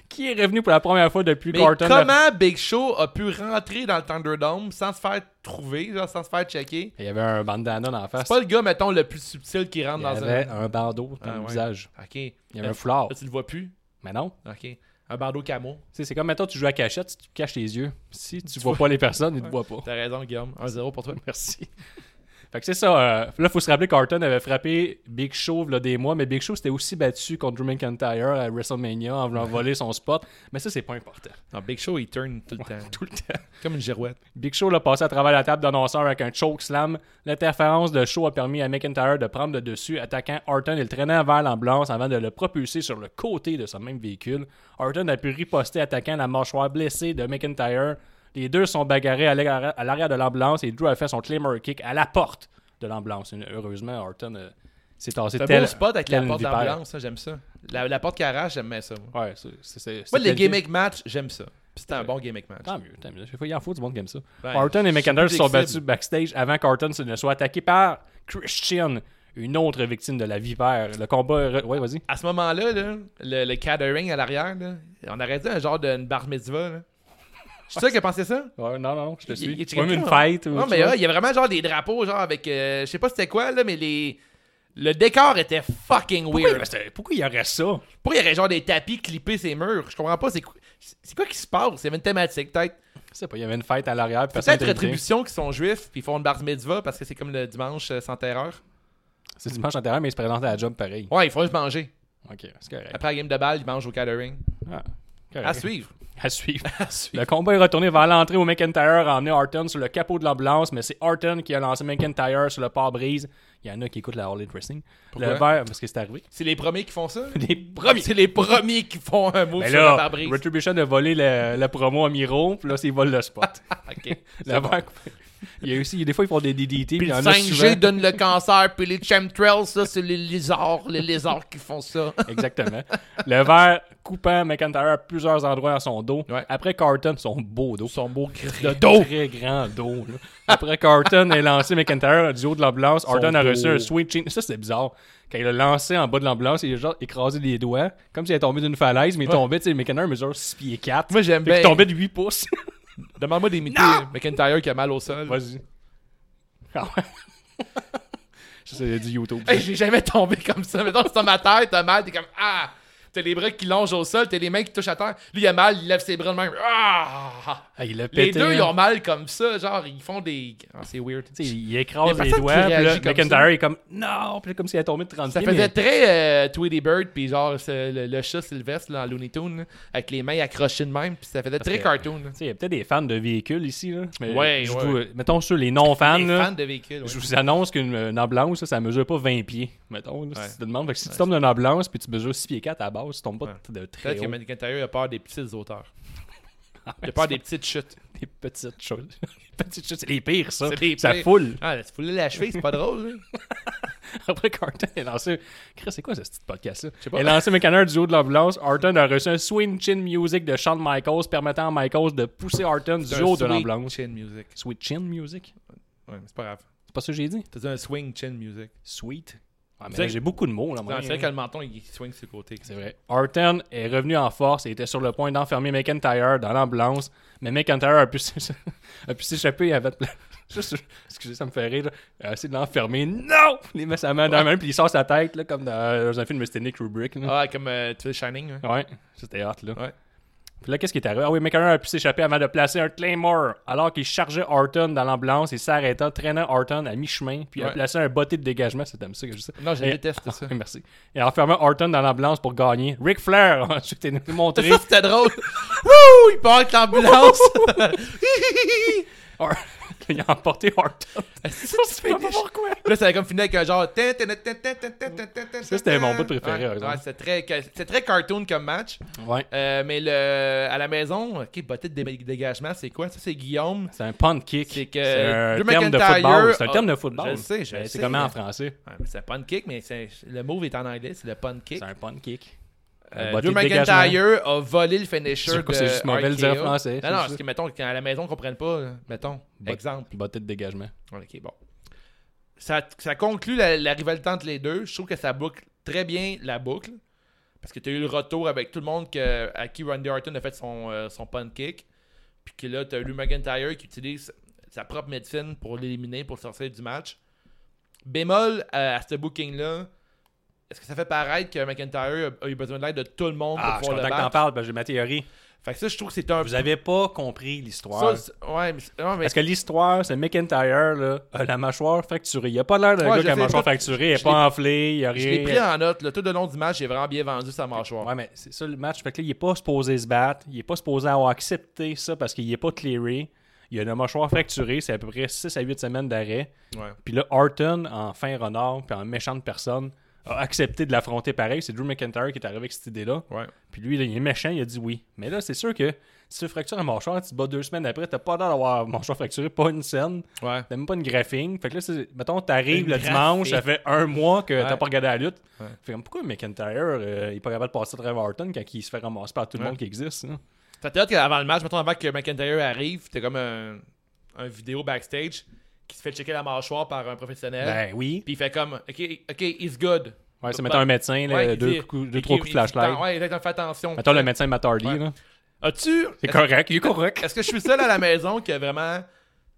Qui est revenu pour la première fois depuis Mais qu'Orton a- comment Big Show a pu rentrer dans le Thunderdome sans se faire trouver, genre, sans se faire checker? Il y avait un bandana dans la face. C'est pas le gars, mettons, le plus subtil qui rentre Ah, Il y dans avait un... un bandeau dans Ah, le ouais. visage. Ok. Il y avait un foulard. Là, tu le vois plus? Mais non. Ok. Un bandeau camo. Tu sais, C'est comme, maintenant tu joues à cachette, tu te caches les yeux. Si tu vois pas les personnes, ils te voient pas. T'as raison, Guillaume. 1-0 pour toi. Merci. Fait que c'est ça. euh, là, faut se rappeler qu'Orton avait frappé Big Show là, des mois, mais Big Show s'était aussi battu contre Drew McIntyre à WrestleMania en voulant voler son spot. Mais ça, c'est pas important. Non, Big Show, il turn tout le temps. Tout le temps. Comme une girouette. Big Show l'a passé à travers la table d'annonceur avec un choke slam. L'interférence de Show a permis à McIntyre de prendre le dessus, attaquant Orton et le traînant vers l'ambulance avant de le propulser sur le côté de son même véhicule. Orton a pu riposter, attaquant la mâchoire blessée de McIntyre. Les deux sont bagarrés à l'arrière à l'arrière de l'ambulance et Drew a fait son claimer kick à la porte de l'ambulance. Une- Heureusement, Orton euh, s'est tassé C'est un tel, beau spot avec la tel une porte vipère. d'ambulance, ça, j'aime ça. La, la porte qui arrache, j'aime bien ça. Moi, Ouais, c'est- c'est- c'est- Ah, Moi, les c'était- gimmick match, j'aime ça. Puis c'était un bon gimmick match. Tant mieux, tant mieux. Il faut- Il en faut du monde comme ça. Ben, Orton et McIntyre se c'est sont plus battus flexible. backstage avant qu'Orton se ne soit attaqué par Christian, une autre victime de la vipère. Le combat. est re- Ouais, vas-y. À ce moment-là, là, le, le catering à l'arrière, là, on aurait dit un genre de une bar mitzvah. là. Je suis sûr qu'il pensait ça. Ouais, non, non, je te Il- il- suis. tu Comme une comprends? fête. ou- Non, tu mais vois. là, il y a vraiment genre des drapeaux, genre avec. euh, je sais pas c'était quoi, là, mais les. Le décor était fucking Pourquoi weird. il- c'est- pourquoi il y aurait ça? Pourquoi il y aurait genre des tapis clippés ces murs Je comprends pas. C'est quoi, c'est quoi qui se passe C'est une thématique, peut-être. Je sais pas, il y avait une fête à l'arrière. puis personne Peut-être était invité. rétribution qui sont juifs, puis ils font une bar mitzvah parce que c'est comme le dimanche euh, sans terreur. C'est dimanche antérieur, mais il se présentait à la job pareil. Ouais, il faut juste manger. Ok, c'est correct. Après la game de balle, ils mangent au catering. Ah, correct. À suivre. À suivre. À suivre. Le combat est retourné vers l'entrée où McIntyre a emmené Orton sur le capot de l'ambulance, mais c'est Orton qui a lancé McIntyre sur le pare-brise. Il y en a qui écoutent la Harley Dressing. le Pourquoi? verre, parce que c'est arrivé. C'est les premiers qui font ça. Les premiers. C'est les premiers qui font un move Mais sur la là, pare-brise. Retribution a volé le, le promo à Miro, puis là, c'est, ils volent le spot. Ok. Le verre coupé. Il y a aussi, des fois, ils font des DDT, puis il y Le en a 5G souvent. donne le cancer, puis les chemtrails, ça, c'est les lézards, les lézards qui font ça. Exactement. Le verre coupant McIntyre à plusieurs endroits dans son dos. Ouais. Après Carton, son beau dos. Son beau cri de Dos! dos. Très grand dos. là. Après Carton a lancé McIntyre du haut de l'ambulance, Orton a dos. reçu un sweet chin. Ça, c'était bizarre. Quand il l'a lancé en bas de l'ambulance, il a genre écrasé les doigts, comme s'il était tombé d'une falaise, mais il tombait, tu sais, McIntyre mesure 6 pieds 4. Moi, j'aime Il bien. tombait de 8 pouces. Demande-moi d'imiter McIntyre qui a mal au sol. Vas-y. Ah ouais. Ça, c'est du YouTube. Hey, j'ai jamais tombé comme ça. Mettons, c'est sur ma tête, t'as mal, t'es comme Ah! T'as les bras qui longent au sol, t'as les mains qui touchent à terre. Lui, il a mal, il lève ses bras de même. Ah! Ah, il a Les pété, deux, hein. ils ont mal comme ça. Genre, ils font des. Ah, c'est weird. Tu sais, il Il y a écrase les personne qui doigts, puis là, réagit comme ça. McIntyre est comme non, puis là, comme s'il était tombé de 30 Ça pieds, faisait mais- très euh, Tweety Bird, puis genre ce- le, le chat Sylvestre là, en Looney Tunes, là, avec les mains accrochées de même, puis ça faisait très que- cartoon. Tu là. sais, il y a peut-être des fans de véhicules ici. Là, mais Ouais, je ouais. vous- mettons sur les non-fans. Les là, fans de véhicules. ouais. Je vous annonce qu'une euh, une ambulance, ça, ça mesure pas 20 pieds. Mettons, là, Ouais. si tu te demandes. Fait que si tu tombes d'une ambulance puis tu mesures 6 pieds 4 à la base, tu tombes pas de- de très Peut-être que haut. McIntyre a peur des petites hauteurs. Ah, Il a peur des petites chutes. Des petites choses. Des petites choses, c'est les pires, ça. C'est des Ça pires. foule. Ah, là, tu voulais la cheville, c'est pas drôle. là. Après qu'Arton ait lancé. Chris, c'est quoi ce petit podcast-là? Il pas. a lancé McIntyre du haut de l'ambulance. Arton a reçu un swing chin music de Shawn Michaels permettant à Michaels de pousser Arton du C'est haut un de swing l'ambulance. Chin music. Sweet chin music? Ouais, mais c'est pas grave. C'est pas ça que j'ai dit? T'as dit un swing chin music. Sweet. Ah, mais C'est- là, j'ai beaucoup de mots là. moi. Non, C'est vrai que le menton, il swing sur le côté. hein. C'est vrai. Orton est revenu en force et était sur le point d'enfermer McIntyre dans l'ambulance, mais McIntyre a pu s- a pu s'échapper avec. Juste, excusez, ça me fait rire. là. Il a essayé de l'enfermer. Non! Il met sa main dans la main puis il sort sa tête là, comme dans, dans un film de Stanley Kubrick. là. Ah, comme euh, tu veux Shining. hein? Ouais, c'était hot là. Ouais. Puis là, qu'est-ce qui est arrivé? Ah oui, McIntyre a pu s'échapper avant de placer un Claymore. Alors qu'il chargeait Orton dans l'ambulance, il s'arrêta, traînant Orton à mi-chemin, puis il a Ouais. placé un botté de dégagement. C'était ça que je sais. Non, je Et- déteste ça. Ah, merci. Et enfermant Orton dans l'ambulance pour gagner. Ric Flair a ensuite été nous montrer. Ça, c'était drôle. Wouh! Il part avec l'ambulance. Or- Il a emporté Orton. Ah, Ça, Je sais pas pourquoi. Puis là, ça avait comme fini avec un genre. Ça, c'était mon bout préféré, par Ouais, exemple. ouais, c'est très, c'est très cartoon comme match. Ouais. Euh, mais le, à la maison, ok, botté de dé- dégagement, c'est quoi Ça, c'est Guillaume. C'est un punt kick. C'est que un Drew terme de McIntyre football. C'est un a- terme de football. Je le sais, je Mais le C'est sais, comment en mais- français? Ouais, mais c'est un punt kick, mais c'est- le move est en anglais, c'est le punt kick. C'est un punt kick. Euh, Un botté Drew de dégagement. McIntyre a volé le finisher. C'est quoi, c'est de juste mauvais le dire en RKO. français, c'est Non, juste non, parce ça. que mettons, quand à la maison, ils comprennent pas. là. Mettons, Bot- exemple. Botté de dégagement. Ok, bon. Ça, ça conclut la, la rivalité entre les deux. Je trouve que ça boucle très bien la boucle. Parce que tu as eu le retour avec tout le monde que, à qui Randy Orton a fait son, euh, son punt kick. Puis que là, tu as Lou McIntyre qui utilise sa propre médecine pour l'éliminer, pour le sortir du match. Bémol euh, à ce booking-là, est-ce que ça fait paraître que McIntyre a, a eu besoin de l'aide de tout le monde Ah, je pour suis pouvoir le content que t'en battre? parles, parce que j'ai ma théorie. Fait que ça, je trouve que c'est un... Vous avez pas compris ça, l'histoire. c'est- ouais, mais, c'est- non, mais Parce que l'histoire, c'est McIntyre, là, a la mâchoire fracturée. Il a pas l'air d'un Ouais, gars je qui a la sais, mâchoire je- fracturée, il est je pas enflé, il a je rien. l'ai pris en note. là. tout le long du match, j'ai vraiment bien vendu sa mâchoire. Ouais, mais c'est ça le match. Fait que là, il est pas supposé se battre. Il est pas supposé avoir accepté ça parce qu'il est pas clearé. Il a une mâchoire fracturée. C'est à peu près 6 à 8 semaines d'arrêt. Ouais. Puis là, Orton, en fin renard, puis en méchante personne, a accepté de l'affronter pareil. C'est Drew McIntyre qui est arrivé avec cette idée-là. Ouais. Puis lui, là, il est méchant, il a dit oui. Mais là, c'est sûr que si tu fractures un mâchoire, tu te bats deux semaines après, t'as pas l'air d'avoir un mâchoire fracturé, pas une scène, Ouais. t'as même pas une graphing. Fait que là, c'est- mettons, t'arrives Une le dimanche, ça fait un mois que t'as Ouais. pas regardé la lutte. Fait comme, pourquoi McIntyre, euh, il est pas capable de passer à travers Orton quand il se fait ramasser par tout le Ouais. monde qui existe? hein? Ça t'es hâte qu'avant le match, mettons avant que McIntyre arrive, t'as comme un, un vidéo backstage qui se fait checker la mâchoire par un professionnel. Ben oui. Euh, Puis il fait comme, OK, OK, he's good. Ouais, c'est mettons un médecin, là, Ouais, il deux, dit- coups- deux, il- trois il- coups de il- flashlight. Ouais, exactement, fais attention. Mettons le médecin Matardy, Ouais. là. As-tu. C'est est-ce- correct, il est correct. Est-ce que je suis seul à la maison qui a vraiment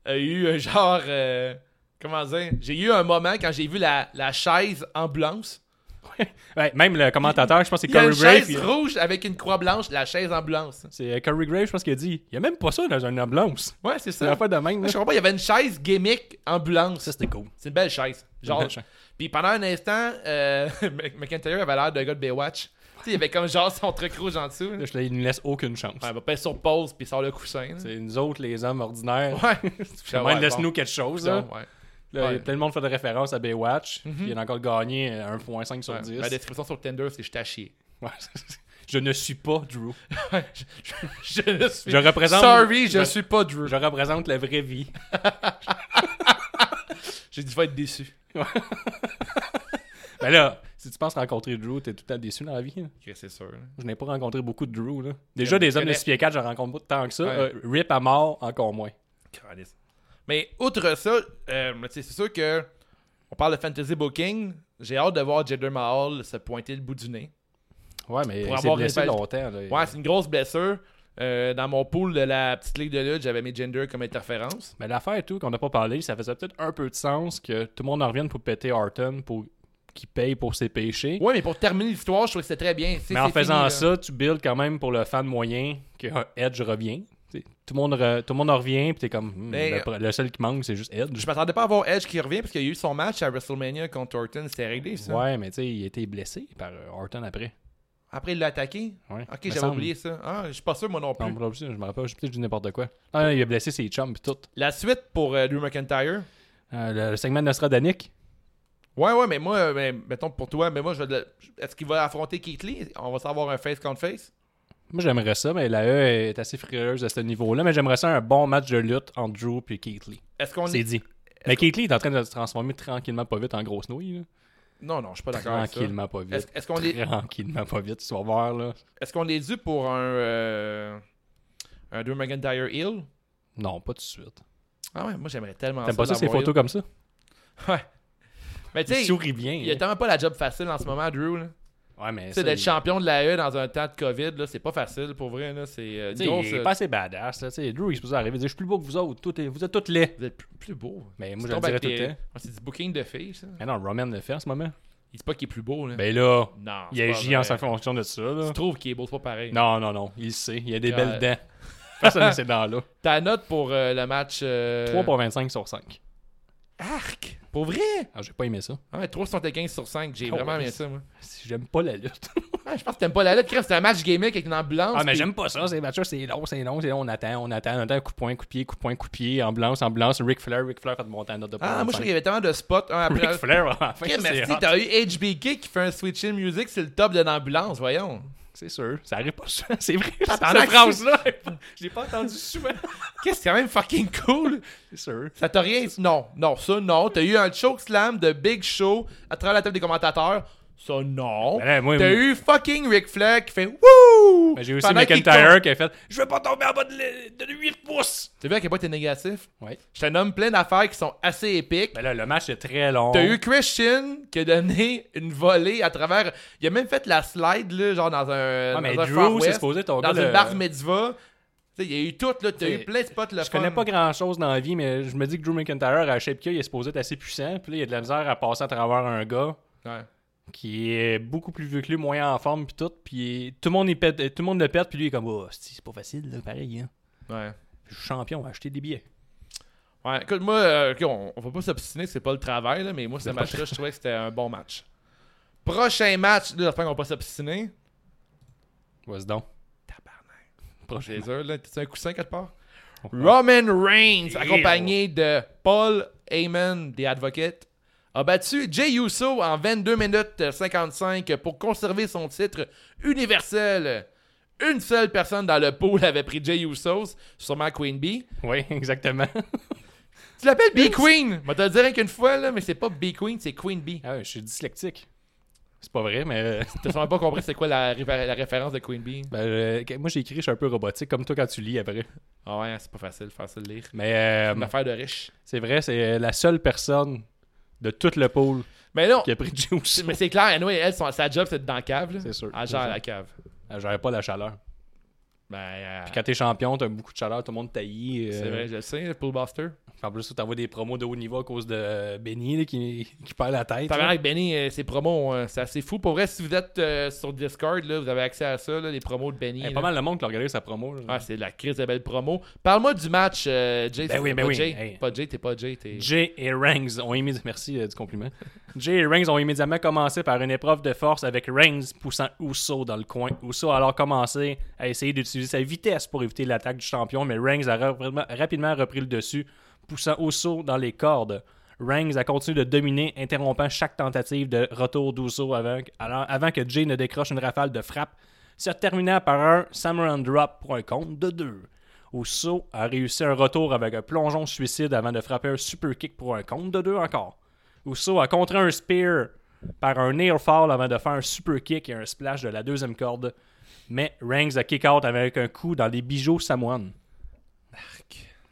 euh, eu un genre. euh, comment dire J'ai eu un moment quand j'ai vu la, la chaise ambulance. Ouais, même le commentateur, je pense que c'est Il y a une Corey Graves. chaise il- rouge avec une croix blanche, la chaise ambulance. C'est euh, Corey Graves, je pense qu'il a dit, il y a même pas ça dans une ambulance. Ouais, c'est C'est ça. un affaire de même, là. Je comprends pas, il y avait une chaise gimmick ambulance. Ça, c'était cool. C'est une belle chaise. Genre. belle chaise. Puis pendant un instant, euh, Mc- McIntyre avait l'air d'un gars de Baywatch. Tu sais, il avait comme genre son truc rouge en dessous. là. Là, je il ne laisse aucune chance. Ouais, il va passer sur pause puis il sort le coussin. là. C'est nous autres, les hommes ordinaires. Ouais. Quand Ouais, même, laisse-nous bon. quelque chose. Là. Donc, ouais. Là, Ouais. Mm-hmm. Plein de monde fait de référence à Baywatch. puis Il a encore gagné euh, 1.5 sur Ouais. Ben, 10. Ma description sur Tinder, c'est je t'ai chié. Ouais. je ne suis pas Drew. je, je- je ne suis... Je représente- Ben Sorry, je, je- suis pas Drew. Je représente la vraie vie. J'ai dit, va être déçu. ben là, si tu penses rencontrer Drew, t'es tout le temps déçu dans la vie. là. Ok, c'est sûr. là. Je n'ai pas rencontré beaucoup de Drew. Là. Déjà, Je des hommes de connais. 6 pieds 4, je rencontre pas tant que ça. Ouais. Euh, Rip à mort, encore moins. Calisse. Mais outre ça, euh, tu sais, c'est sûr que on parle de fantasy booking. J'ai hâte de voir Jinder Mahal se pointer le bout du nez. Ouais, mais Pour il s'est avoir blessé une belle- longtemps. là. Ouais, c'est une grosse blessure. Euh, dans mon pool de la petite ligue de lutte, j'avais mis Gender comme interférence. Mais l'affaire et tout qu'on n'a pas parlé, ça faisait peut-être un peu de sens que tout le monde en revienne pour péter Orton pour qui paye pour ses péchés. Ouais, mais pour terminer l'histoire, je trouvais que c'était très bien. Tu sais, mais en c'est faisant fini, là. ça, tu builds quand même pour le fan moyen que ah, Edge revient. Tu sais, Tout le, monde re- tout le monde en revient, puis t'es comme, hmm, Mais- le, pro- le seul qui manque, c'est juste Edge. Ben, Je m'attendais pas à voir Edge qui revient parce qu'il y a eu son match à WrestleMania contre Orton, c'était réglé ça. Ouais, mais tu sais, il a été blessé par euh, Orton après. Après il l'a attaqué. Ouais, ok, me j'avais semble. oublié ça. Ah, je suis pas sûr moi non plus. Non, pas obligé, je me rappelle, je peut-être dit n'importe quoi. Ah, il a blessé ses chums, puis tout. La suite pour euh, Drew McIntyre. Euh, le, le segment de Nostradanik. Ouais, ouais, mais moi, euh, mais, mettons pour toi, mais moi, je vais de la- est-ce qu'il va affronter Keith Lee On va savoir un face contre face. Moi, j'aimerais ça, mais la E est assez frileuse à ce niveau-là. Mais j'aimerais ça un bon match de lutte entre Drew et Keith Lee. Est-ce qu'on C'est dit. Mais Keith Lee est en train de se transformer tranquillement pas vite en grosse nouille. là. Non, non, je suis pas d'accord avec ça. Tranquillement pas vite. Est-ce est-ce qu'on est, Tranquillement pas vite, tu vas voir. là. est-ce qu'on est dû pour un euh, un Drew McIntyre heel Non, pas tout de suite. Ah ouais, moi j'aimerais tellement T'aimes pas ça, ces l'avoir photos comme ça? heel. Ouais. Mais tu Il sais, sourit bien. il a hein. tellement pas la job facile en ce moment Drew là. Ouais, mais Tu sais, ça, d'être il- champion de la E dans un temps de COVID, là, c'est pas facile pour vrai. Là, c'est euh, une tu sais, grosse, il est euh, pas assez badass. Là. Tu sais, Drew, il se posait arriver et dire Je suis plus beau que vous autres. tout est- Vous êtes toutes laids. Vous êtes plus, plus beau. Mais Tu moi, je le tombes dirais avec tout le tes- temps. Ah, c'est du booking de filles, ça. Mais non, Roman le fait en ce moment. Il dit pas qu'il est plus beau. Là. Ben là, non. il agit en sa fonction de ça. là. Tu trouves qu'il est beau, c'est pas pareil. Non, non, non. Il le sait. Il a des Ah, belles dents. Personne n'a ces dents-là. Ta note pour euh, le match. euh, 3 pour 25 sur 5. Arc Pour vrai Alors, j'ai pas aimé ça. ah, ouais, 3,75 sur 5. J'ai Oh, vraiment ouais. aimé ça, moi. Si J'aime pas la lutte. Ah, je pense que t'aimes pas la lutte. Chris, c'est un match gimmick avec une ambulance. ah, mais puis- j'aime pas ça. Ces matchs c'est long, c'est long, c'est long. On attend, on attend, on attend. Coup de poing, coup de pied, coup de poing, coup de pied. Ambulance, ambulance. Ric Flair, Ric Flair fait monter un note de Ah, moi, je trouve qu'il y 3,25. avait tellement de spots. Un après. Ric Flair, enfin, Chris, c'est merci, hot. t'as eu HBK qui fait un switch in music sur le top de l'ambulance, voyons. C'est sûr. Ça arrive pas souvent. C'est vrai. Cette Tabarnak, phrase-là, j'ai pas entendu souvent. Chris, c'est quand même fucking cool. C'est sûr. Ça t'a rien. Non, non, ça non. T'as eu un choke slam de Big Show à travers la table des commentateurs. Ça non. Ben là, moi, T'as moi- eu fucking Ric Flair qui fait Wouh! Mais j'ai aussi Pendant qu'il McIntyre compte. qui a fait Je veux pas tomber en bas de, le- de 8 pouces. T'as vu à quel point t'es négatif? Ouais. Je te nomme plein d'affaires qui sont assez épiques. Mais là, le match est très long. T'as eu Christian qui a donné une volée à travers. Il a même fait la slide, là, genre dans un. Ah, mais dans un Drew, Far West, c'est supposé ton Dans gars, une le- bar mitzvah. Tu sais, il y a eu tout, là. T'as T'sais, eu plein de spots, là. Je connais pas grand chose dans la vie, mais je me dis que Drew McIntyre à Shape K, il est supposé être assez puissant. Puis là, il a de la misère à passer à travers un gars Ouais. qui est beaucoup plus vieux que lui, moyen en forme, puis tout. Puis tout le monde, il pète, tout le, monde le pète, puis lui, il est comme oh, c'est pas facile, là, pareil. Hein. Ouais. Je suis champion, acheter des billets. Ouais, écoute, moi, euh, ok, on, on va pas s'obstiner, c'est pas le travail, là, mais moi, ce match-là, je trouvais que c'était un bon match. Prochain match, là, j'espère qu'on va pas s'obstiner. Vas-y donc. J'ai sûr, là, t'as un coussin quelque part? Oh. Roman Reigns, accompagné de Paul Heyman, des Advocates, a battu Jey Uso en 22 minutes 55 pour conserver son titre universel. Une seule personne dans le pool avait pris Jey Uso, sûrement Queen Bee. Oui, exactement. Tu l'appelles B-Queen! Je vais te le dire rien qu'une fois, là, mais c'est pas B-Queen, c'est Queen Bee. ah, ouais, je suis dyslexique. C'est pas vrai, mais euh, T'as sûrement pas compris c'est quoi la, réfé- la référence de Queen Bee. ben, euh, moi j'ai écrit, je suis un peu robotique, comme toi quand tu lis après. Ah ouais, c'est pas facile, facile de lire. Mais euh, Une affaire de riche. c'est vrai, c'est euh, la seule personne de tout le pôle Mais non, qui a pris Jey Uso. mais c'est clair, Anoué, elle, son- sa job, c'est d'être dans la cave. là. C'est sûr. Elle gère la cave. Elle gère Ah, pas la chaleur. Ben, euh, Quand t'es champion, t'as beaucoup de chaleur, tout le monde taillit. euh. c'est vrai, je le sais, le Poolbuster. En plus, t'envoies des promos de haut niveau à cause de euh, Benny là, qui, qui perd la tête. T'as là. avec Benny, euh, ses promos, euh, c'est assez fou. Pour vrai, si vous êtes euh, sur Discord, là, vous avez accès à ça, là, les promos de Benny. Il y a là. Eh, pas mal de monde qui a regardé sa promo. là. Ah, c'est de la crise de belles promos. Parle-moi du match, euh, Jay. Ben c'est- oui, ben pas oui, Jay. hey. Pas Jay, t'es pas Jay. T'es... Jay et Rangs ont immédiatement. Merci euh, du compliment. Jay et Rangs ont immédiatement commencé par une épreuve de force avec Rangs poussant Uso dans le coin. Uso a alors commencé à essayer d'utiliser sa vitesse pour éviter l'attaque du champion, mais Rangs a rapidement, rapidement repris le dessus, poussant Uso dans les cordes. Rangs a continué de dominer, interrompant chaque tentative de retour d'Uso avant, alors- avant que Jay ne décroche une rafale de frappe, se terminant par un Samurai Drop pour un compte de deux. Uso a réussi un retour avec un plongeon suicide avant de frapper un super kick pour un compte de deux encore. Uso a contré un spear par un air fall avant de faire un super kick et un splash de la deuxième corde. Mais Rangs a kick out avec un coup dans les bijoux samoan.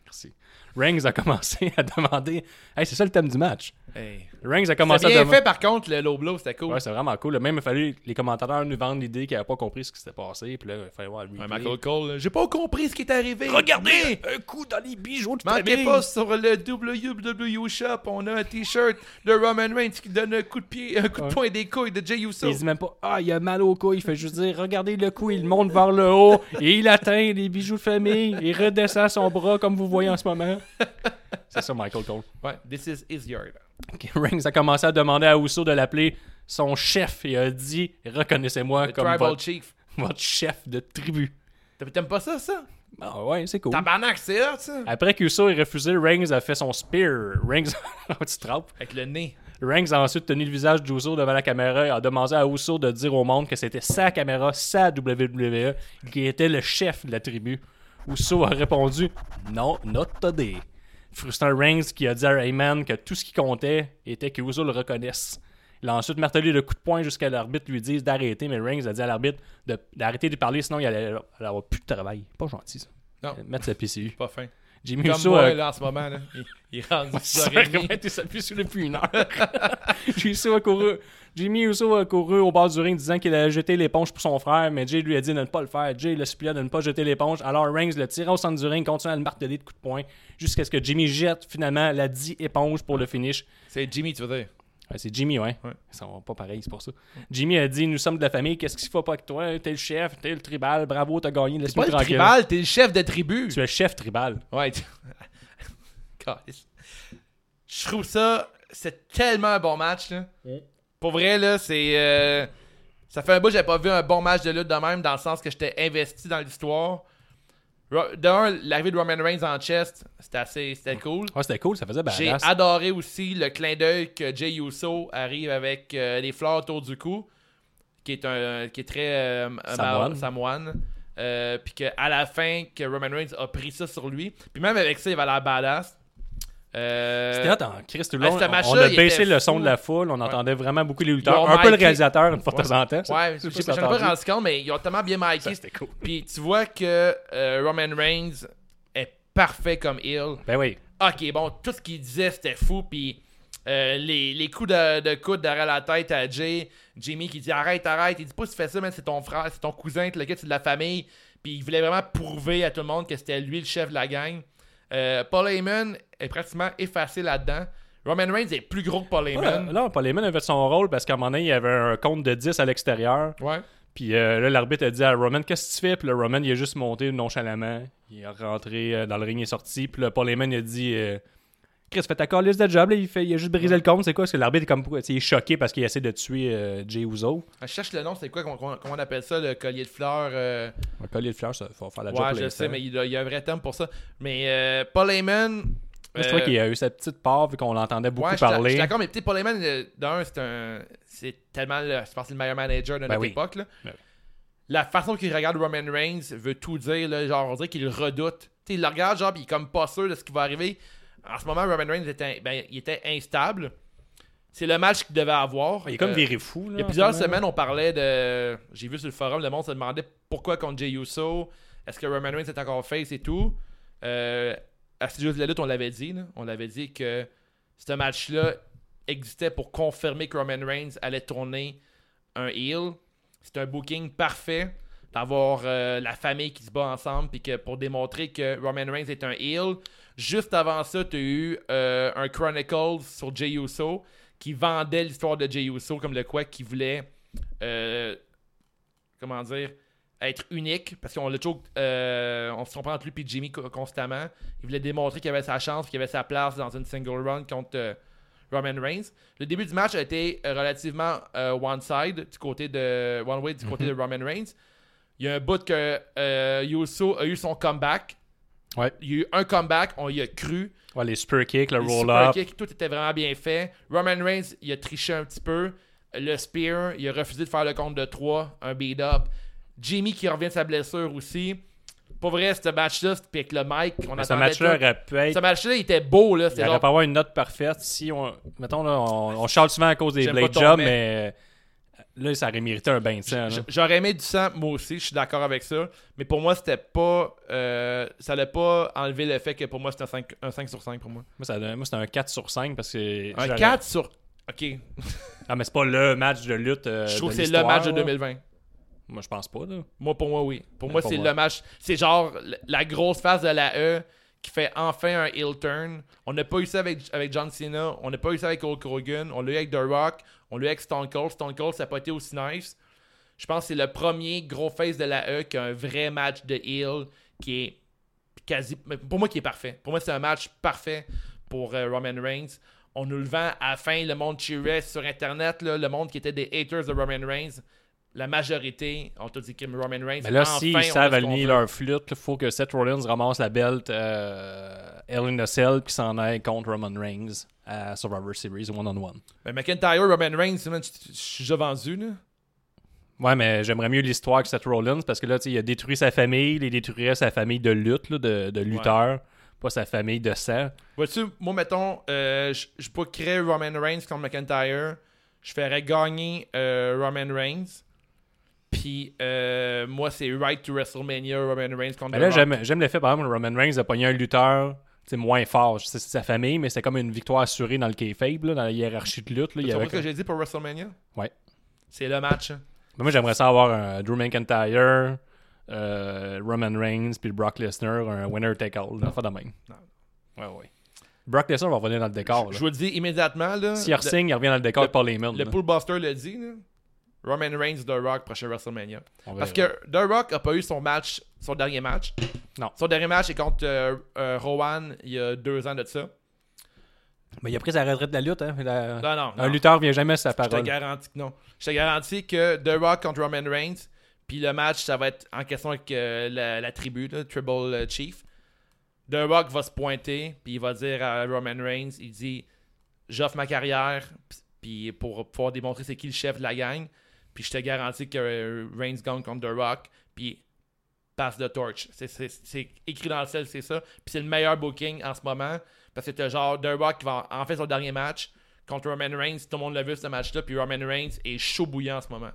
Merci. Reigns a commencé à demander Hey, c'est ça le thème du match. Hey. Reigns a C'est commencé à bien demander. fait par contre, le low blow, c'était cool. Ouais, c'est vraiment cool. là. Même, il a fallu que les commentateurs nous vendent l'idée qu'ils n'avaient pas compris ce qui s'était passé. Puis là, il fallait voir le Ouais, replay. Michael Cole, là, j'ai pas compris ce qui est arrivé. Regardez Mais- un coup dans les bijoux de Manquez famille. pas sur le WWE Shop, on a un t-shirt de Roman Reigns qui donne un coup de pied, un coup de poing des couilles de Jey Uso. Il dit même pas Ah, il a mal au cou. Il fait juste dire Regardez le cou, il monte vers le haut et il atteint les bijoux de famille. Il redescend son bras comme vous voyez en ce moment. C'est ça, Michael Cole. Ouais, this is his yard. Ok, Reigns a commencé à demander à Uso de l'appeler son chef et a dit Reconnaissez-moi Le comme tribal votre, chief. votre chef de tribu. T'aimes- T'aimes pas ça, ça? Ah ouais, c'est cool. Tabarnak, c'est hot, ça? Après qu'Uso ait refusé, Reigns a fait son spear. Reigns. tu te trompes. Avec le nez. Reigns a ensuite tenu le visage d'Uso devant la caméra et a demandé à Uso de dire au monde que c'était sa caméra, sa WWE, qui était le chef de la tribu. Uso a répondu Non, not today. Frustrant Reigns qui a dit à Heyman que tout ce qui comptait était que Uso le reconnaisse. Il a ensuite martelé le coup de poing jusqu'à l'arbitre lui dise d'arrêter, mais Reigns a dit à l'arbitre de- d'arrêter de parler, sinon il allait il allait avoir plus de travail. Pas gentil, ça. Non. Mettre sa PCU. Pas fin. Jimmy Comme Euh, Uso moi, a- là, en ce moment, là. Il, il est rendu ça 6h30. été sur depuis une heure. Jimmy Uso a couru, Jimmy Uso a couru au bord du ring disant qu'il allait jeter l'éponge pour son frère, mais Jay lui a dit de ne pas le faire. Jay le supplia de ne pas jeter l'éponge. Alors Reigns le tira au centre du ring, continue à le marteler de coups de poing jusqu'à ce que Jimmy jette finalement la 10 éponge pour le finish. C'est Jimmy, tu veux dire. Ouais, c'est Jimmy, ouais. Ils sont pas pareils, c'est pour ça. Jimmy a dit Nous sommes de la famille, qu'est-ce qu'il faut pas que toi T'es le chef, t'es le tribal, bravo, t'as gagné, laisse-nous Pas le tranquille. tribal, t'es le chef de tribu. Tu es le chef tribal. Ouais. tu- Calisse. Je trouve ça, c'est tellement un bon match. Là. Pour vrai, là, c'est. euh, ça fait un bout que j'avais pas vu un bon match de lutte de même, dans le sens que j'étais investi dans l'histoire. Ro- De un, l'arrivée de Roman Reigns en chest, c'était assez c'était cool. Ouais, c'était cool, ça faisait J'ai badass. adoré aussi le clin d'œil que Jay Uso arrive avec euh, les fleurs autour du cou, qui est un qui est très euh, Samoan. Mao- Samoan. Euh, puis qu'à la fin, que Roman Reigns a pris ça sur lui. Puis même avec ça, il va la badass. Euh, C'était hot hein, en Christ tout le Ouais, long. ce on match-là, a il baissé était le son fou. de la foule. On entendait vraiment beaucoup les lutteurs. Ils ont Un peu le marqué- réalisateur, une fois de temps en temps. ça. Ouais, Ça, je sais j'ai pas, j'en ai entendu. pas rendu compte, mais ils ont tellement bien marqué. Ça, c'était cool. Puis tu vois que euh, Roman Reigns est parfait comme heel. Ben oui. Ok, bon, tout ce qu'il disait, c'était fou. Puis euh, les, les coups de, de coude derrière la tête à Jay, Jimmy qui dit arrête, arrête. Il dit pas si tu fais ça, man, c'est ton frère, c'est ton cousin, t'es le gars, c'est de la famille. Puis il voulait vraiment prouver à tout le monde que c'était lui le chef de la gang. Euh, Paul Heyman est pratiquement effacé là-dedans. Roman Reigns est plus gros que Paul Heyman. Là, Paul Heyman avait son rôle parce qu'à un moment donné, il y avait un compte de 10 à l'extérieur. Ouais. Puis euh, là, l'arbitre a dit à Roman, qu'est-ce que tu fais? Puis le Roman, il a juste monté nonchalamment. Il est rentré euh, dans le ring, il est sorti. Puis le Paul Heyman, il a dit, euh, Chris, fais ta liste de job. Là, il, fait, il a juste brisé le compte. C'est quoi? Parce que l'arbitre est comme, pourquoi- il est choqué parce qu'il essaie de tuer euh, Jay Uso. Je cherche le nom, c'est quoi, comment, comment- comment on appelle ça, le collier de fleurs euh, Un collier de fleurs, ça va faire la hein. job. Ouais, pour je l'instant. sais, mais il y a- il y a un vrai terme pour ça. Mais euh, Paul Heyman. Moi, je trouvais euh, qu'il a eu sa petite part vu qu'on l'entendait beaucoup ouais, je suis d'ac- Je suis parler. d'accord, mais peut-être Paul Heyman, euh, d'un, c'est un. C'est tellement. le- je pense que c'est le meilleur manager de notre oui. époque. là. Ben oui. La façon qu'il regarde Roman Reigns veut tout dire. là, genre, on dirait qu'il le redoute. Tu sais, il le regarde, genre, puis il est comme pas sûr de ce qui va arriver. En ce moment, Roman Reigns était, ben, il était instable. C'est le match qu'il devait avoir. Il est comme Euh, viré fou. Là, il y a en plusieurs ce moment. semaines, on parlait de. J'ai vu sur le forum, le monde se demandait pourquoi contre Jey Uso, est-ce que Roman Reigns est encore face et tout. Euh, à Studios de la lutte, on l'avait dit. là. On l'avait dit que ce match-là existait pour confirmer que Roman Reigns allait tourner un heel. C'est un booking parfait d'avoir euh, la famille qui se bat ensemble puis que pour démontrer que Roman Reigns est un heel. Juste avant ça, tu as eu euh, un Chronicles sur Jey Uso qui vendait l'histoire de Jey Uso comme le quoi qui voulait euh, comment dire être unique parce qu'on le choke euh, on se comprend entre lui et Jimmy co- constamment il voulait démontrer qu'il avait sa chance qu'il avait sa place dans une single run contre euh, Roman Reigns le début du match a été euh, relativement euh, one side du côté de one way du côté de Roman Reigns il y a un bout que euh, Uso a eu son comeback Ouais. il y a eu un comeback on y a cru Ouais, les super kicks, le les roll-up. super kicks, tout était vraiment bien fait. Roman Reigns, il a triché un petit peu. Le spear, il a refusé de faire le compte de 3, un beat-up. Jimmy qui revient de sa blessure aussi. Pour vrai, ce match-là, c'était- puis avec le mic, on Mais Ce attendait match-là tout. aurait pu Ce être. match-là, il était beau, là. Il C'était aurait genre- pas avoir une note parfaite si on. Mettons, là, on, on charle souvent à cause des J'aime blade pas ton jobs, mec. mais. euh, Là, ça aurait mérité un bain de sang. J- là. J'aurais aimé du sang, moi aussi, je suis d'accord avec ça. Mais pour moi, c'était pas. euh, ça l'a pas enlevé le fait que pour moi, c'était un 5, un 5 sur 5 pour moi. Moi, ça donne- moi, c'était un 4 sur 5 parce que. Un j'aurais- 4 sur. Ok. Ah, mais c'est pas le match de lutte. euh, je trouve que de c'est le match de l'histoire, là. 2020. Moi, je pense pas, là. Moi, pour moi, oui. Pour moi, pour c'est moi. le match. C'est genre l- la grosse phase de la E qui fait enfin un heel turn. On n'a pas eu ça avec, avec John Cena. On n'a pas eu ça avec Hulk Hogan. On l'a eu avec The Rock. On l'a eu avec Stone Cold. Stone Cold, ça n'a pas été aussi nice. Je pense que c'est le premier gros face de la E qui a un vrai match de heel qui est quasi. Pour moi, qui est parfait. Pour moi, c'est un match parfait pour euh, Roman Reigns. On nous le vend à la fin. Le monde cheerait sur Internet. là, le monde qui était des haters de Roman Reigns. La majorité ont tout dit que Roman Reigns. Mais là, enfin, on s'ils a savent ce qu'on aligner veut. leur flûte, il faut que Seth Rollins ramasse la belt euh, Hell in a Cell puis s'en aille contre Roman Reigns à Survivor Series one-on-one. Mais McIntyre, Roman Reigns, man, je je suis déjà vendu. Là. Ouais, mais j'aimerais mieux l'histoire que Seth Rollins parce que là, tu sais, il a détruit sa famille, il détruirait sa famille de lutte, là, de, de lutteurs, pas sa famille de sang. Vois-tu, moi, mettons, euh, je- je bookerais Roman Reigns contre McIntyre. Je ferais gagner euh, Roman Reigns. Puis, euh, moi, c'est Right to WrestleMania, Roman Reigns contre Mais là, The Rock. j'aime j'aime le fait, par exemple, Roman Reigns a pogné un lutteur tu sais, moins fort. Je sais c'est sa famille, mais c'est comme une victoire assurée dans le kayfabe, là, dans la hiérarchie de lutte. Là, il y Tu avait vois ce que j'ai dit pour WrestleMania? Ouais. C'est le match. hein. Mais moi, j'aimerais ça avoir un Drew McIntyre, euh, Roman Reigns, puis le Brock Lesnar, un winner take all. Là, de même. Ouais, ouais. Brock Lesnar va revenir dans le décor. Je Là. vous le dis immédiatement. Là, Si il re-signe, il revient dans le décor le- par les mains. le, le Poolbuster le dit. là. Roman Reigns, The Rock, prochain WrestleMania. On Parce verra. que The Rock a pas eu son match, son dernier match. Non. Son dernier match est contre euh, euh, Rowan il y a deux ans de ça. Mais il a pris sa retraite de la lutte. Hein, la- Non, non. Un non. lutteur vient jamais à sa Je te parole. garantis que non. Je te garantis que The Rock contre Roman Reigns, puis le match, ça va être en question avec euh, la, la tribu, là, Tribal euh, Chief. The Rock va se pointer, puis il va dire à Roman Reigns, il dit J'offre ma carrière, puis puis pour pouvoir démontrer c'est qui le chef de la gang. Puis je te garantis que euh, Reigns gagne contre The Rock, puis passe de torch. C'est- C'est c'est écrit dans le ciel, c'est ça. Puis c'est le meilleur booking en ce moment, parce que t'as genre The Rock qui va en faire son dernier match contre Roman Reigns. Tout le monde l'a vu ce match-là, puis Roman Reigns est chaud bouillant en ce moment.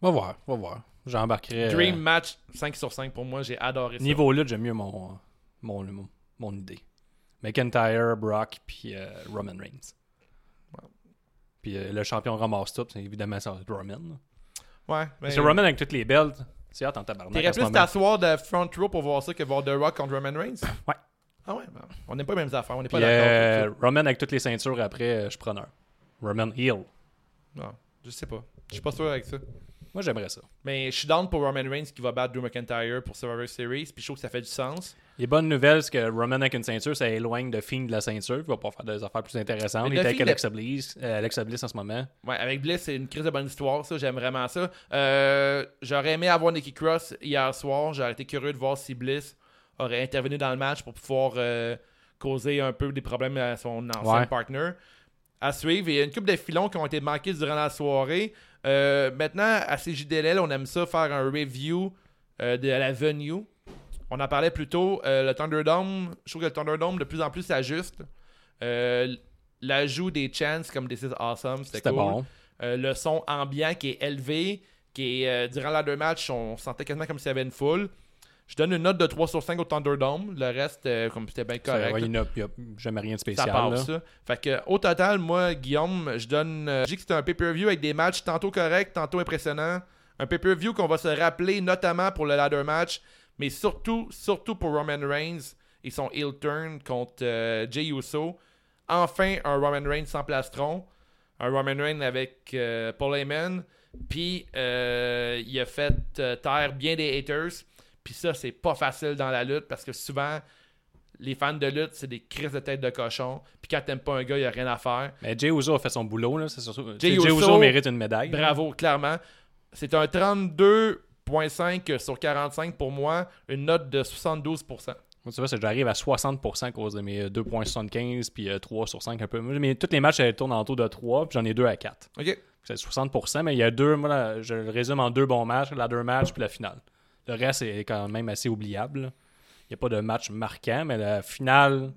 Va voir, va voir. J'embarquerai. euh, Dream match 5 sur 5 pour moi, j'ai adoré ça. Niveau lutte, j'aime mieux mon, mon, mon, mon idée. McIntyre, Brock, puis euh, Roman Reigns. Puis euh, le champion ramasse tout, c'est évidemment ça va être Roman. là. Ouais, mais Parce que Roman avec toutes les belts, c'est hâte en tabarnak. T'irais en ce plus moment. t'asseoir de front row pour voir ça que voir The Rock contre Roman Reigns Ouais. Ah ouais, ben, on n'est pas les mêmes affaires, on n'est pas Puis, euh, d'accord. Roman avec toutes les ceintures après, euh, je suis preneur. Roman Hill. Non, je sais pas. Je suis pas sûr avec ça. Moi, j'aimerais ça. Mais je suis down pour Roman Reigns qui va battre Drew McIntyre pour Survivor Series, puis je trouve que ça fait du sens. Les bonnes nouvelles, c'est que Roman avec une ceinture, ça éloigne de Fiend de la ceinture. Il va pas faire des affaires plus intéressantes. Mais Il était The avec Fiend, Alexa Bliss, euh, Alexa Bliss en ce moment. Ouais, avec Bliss, c'est une crise de bonne histoire, ça, j'aime vraiment ça. Euh, j'aurais aimé avoir Nikki Cross hier soir, j'aurais été curieux de voir si Bliss aurait intervenu dans le match pour pouvoir euh, causer un peu des problèmes à son ancien Ouais. partner. À suivre, il y a une coupe de filons qui ont été manqués durant la soirée. Euh, maintenant, à CJDLL, on aime ça faire un review euh, de la venue. On en parlait plus tôt, euh, le Thunderdome, je trouve que le Thunderdome de plus en plus s'ajuste. Euh, L'ajout des chants comme This is Awesome, c'était C'était cool. bon. Euh, le son ambiant qui est élevé, qui est euh, durant la deux matchs, on sentait quasiment comme s'il y avait une foule. Je donne une note de 3 sur 5 au Thunderdome. Le reste, euh, comme c'était bien Ça, correct, ouais, il n'y a, il y a jamais rien de ça spécial. part là. ça. Fait que, au total, moi, Guillaume, je donne. euh, je dis que c'était un pay-per-view avec des matchs tantôt corrects, tantôt impressionnants. Un pay-per-view qu'on va se rappeler notamment pour le ladder match, mais surtout, surtout pour Roman Reigns et son heel turn contre euh, Jey Uso. Enfin, un Roman Reigns sans plastron. Un Roman Reigns avec euh, Paul Heyman. Puis, euh, il a fait euh, taire bien des haters. Puis ça, c'est pas facile dans la lutte parce que souvent, les fans de lutte, c'est des crises de tête de cochon. Puis quand t'aimes pas un gars, il a rien à faire. Mais Jay Uso a fait son boulot. Là. C'est surtout... Jey Jey Uso, Uso mérite une médaille. Bravo, clairement. C'est un 32.5 sur 45 pour moi, une note de 72%. Moi, tu vois, c'est que j'arrive à 60% à cause de mes euh, 2.75 puis euh, 3 sur 5 un peu. Moi, Mais tous les matchs, elles tournent en taux de 3, puis j'en ai 2 à 4. OK. C'est 60%, mais il y a deux, moi, là, je le résume en deux bons matchs, la deux matchs puis la finale. Le reste est quand même assez oubliable. là. Il n'y a pas de match marquant, mais la finale,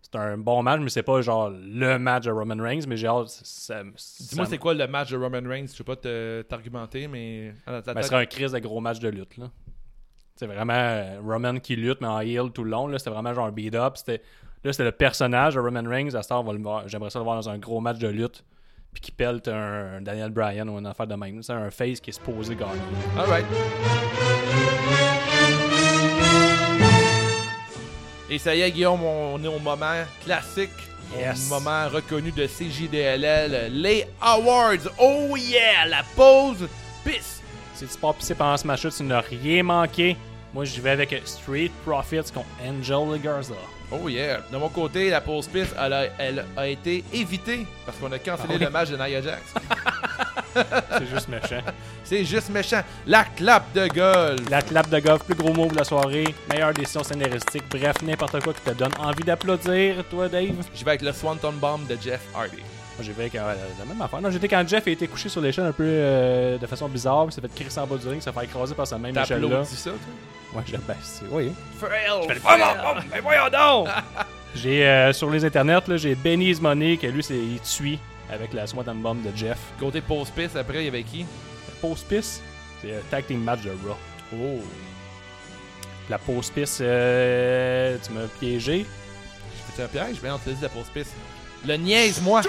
c'est un bon match, mais c'est pas genre le match de Roman Reigns, mais j'ai hâte. ça- ça- Dis-moi, ça- c'est quoi le match de Roman Reigns? Je sais pas te- t'argumenter, mais. Ah, ben, ce t'as- t'as- serait un crise de gros match de lutte. là. C'est vraiment euh, Roman qui lutte, mais en heel tout le long. là. C'était vraiment genre un beat-up. C'était- Là, c'était le personnage de Roman Reigns. À ce temps, on va le voir- j'aimerais ça le voir dans un gros match de lutte. Puis qui pèle un Daniel Bryan ou une affaire de même. C'est un face qui est supposé gagner. Alright. Et ça y est, Guillaume, on est au moment classique. Yes. Au moment reconnu de CJDLL, les Awards. Oh yeah, la pause. Pisse. Si tu pars pisser pendant ce match-là, tu n'as rien manqué. Moi, j'y vais avec Street Profits contre Angel Garza. Oh yeah. De mon côté, la pause piste, elle a, elle a été évitée parce qu'on a cancellé Ah le match de Nia Jax. C'est juste méchant. C'est juste méchant. La clap de gueule. La clap de golf, plus gros mot de la soirée, meilleure décision scénaristique, bref, n'importe quoi qui te donne envie d'applaudir, toi, Dave. Moi, Je vais avec le Swanton Bomb de Jeff Hardy. J'ai vu avec euh, la même affaire. Non, j'étais quand Jeff a été couché sur l'échelle un peu euh, de façon bizarre, puis s'est fait crisser en bas du ring, s'est fait écraser par sa même échelle-là. T'applaudis ça, toi? Ouais, je l'ai baissé. Oui. Frail. mais voyons donc! j'ai, euh, sur les internets, là, j'ai Benny Money, que lui, c'est, il tue avec la Swat and Bomb de Jeff. Côté pause piste, après, il y avait qui? pause piste, c'est un tag team match de Raw. Oh. La pause piste, euh, tu m'as piégé. C'est un piège, Ben mais on te dit la pause piste. Le niaise-moi.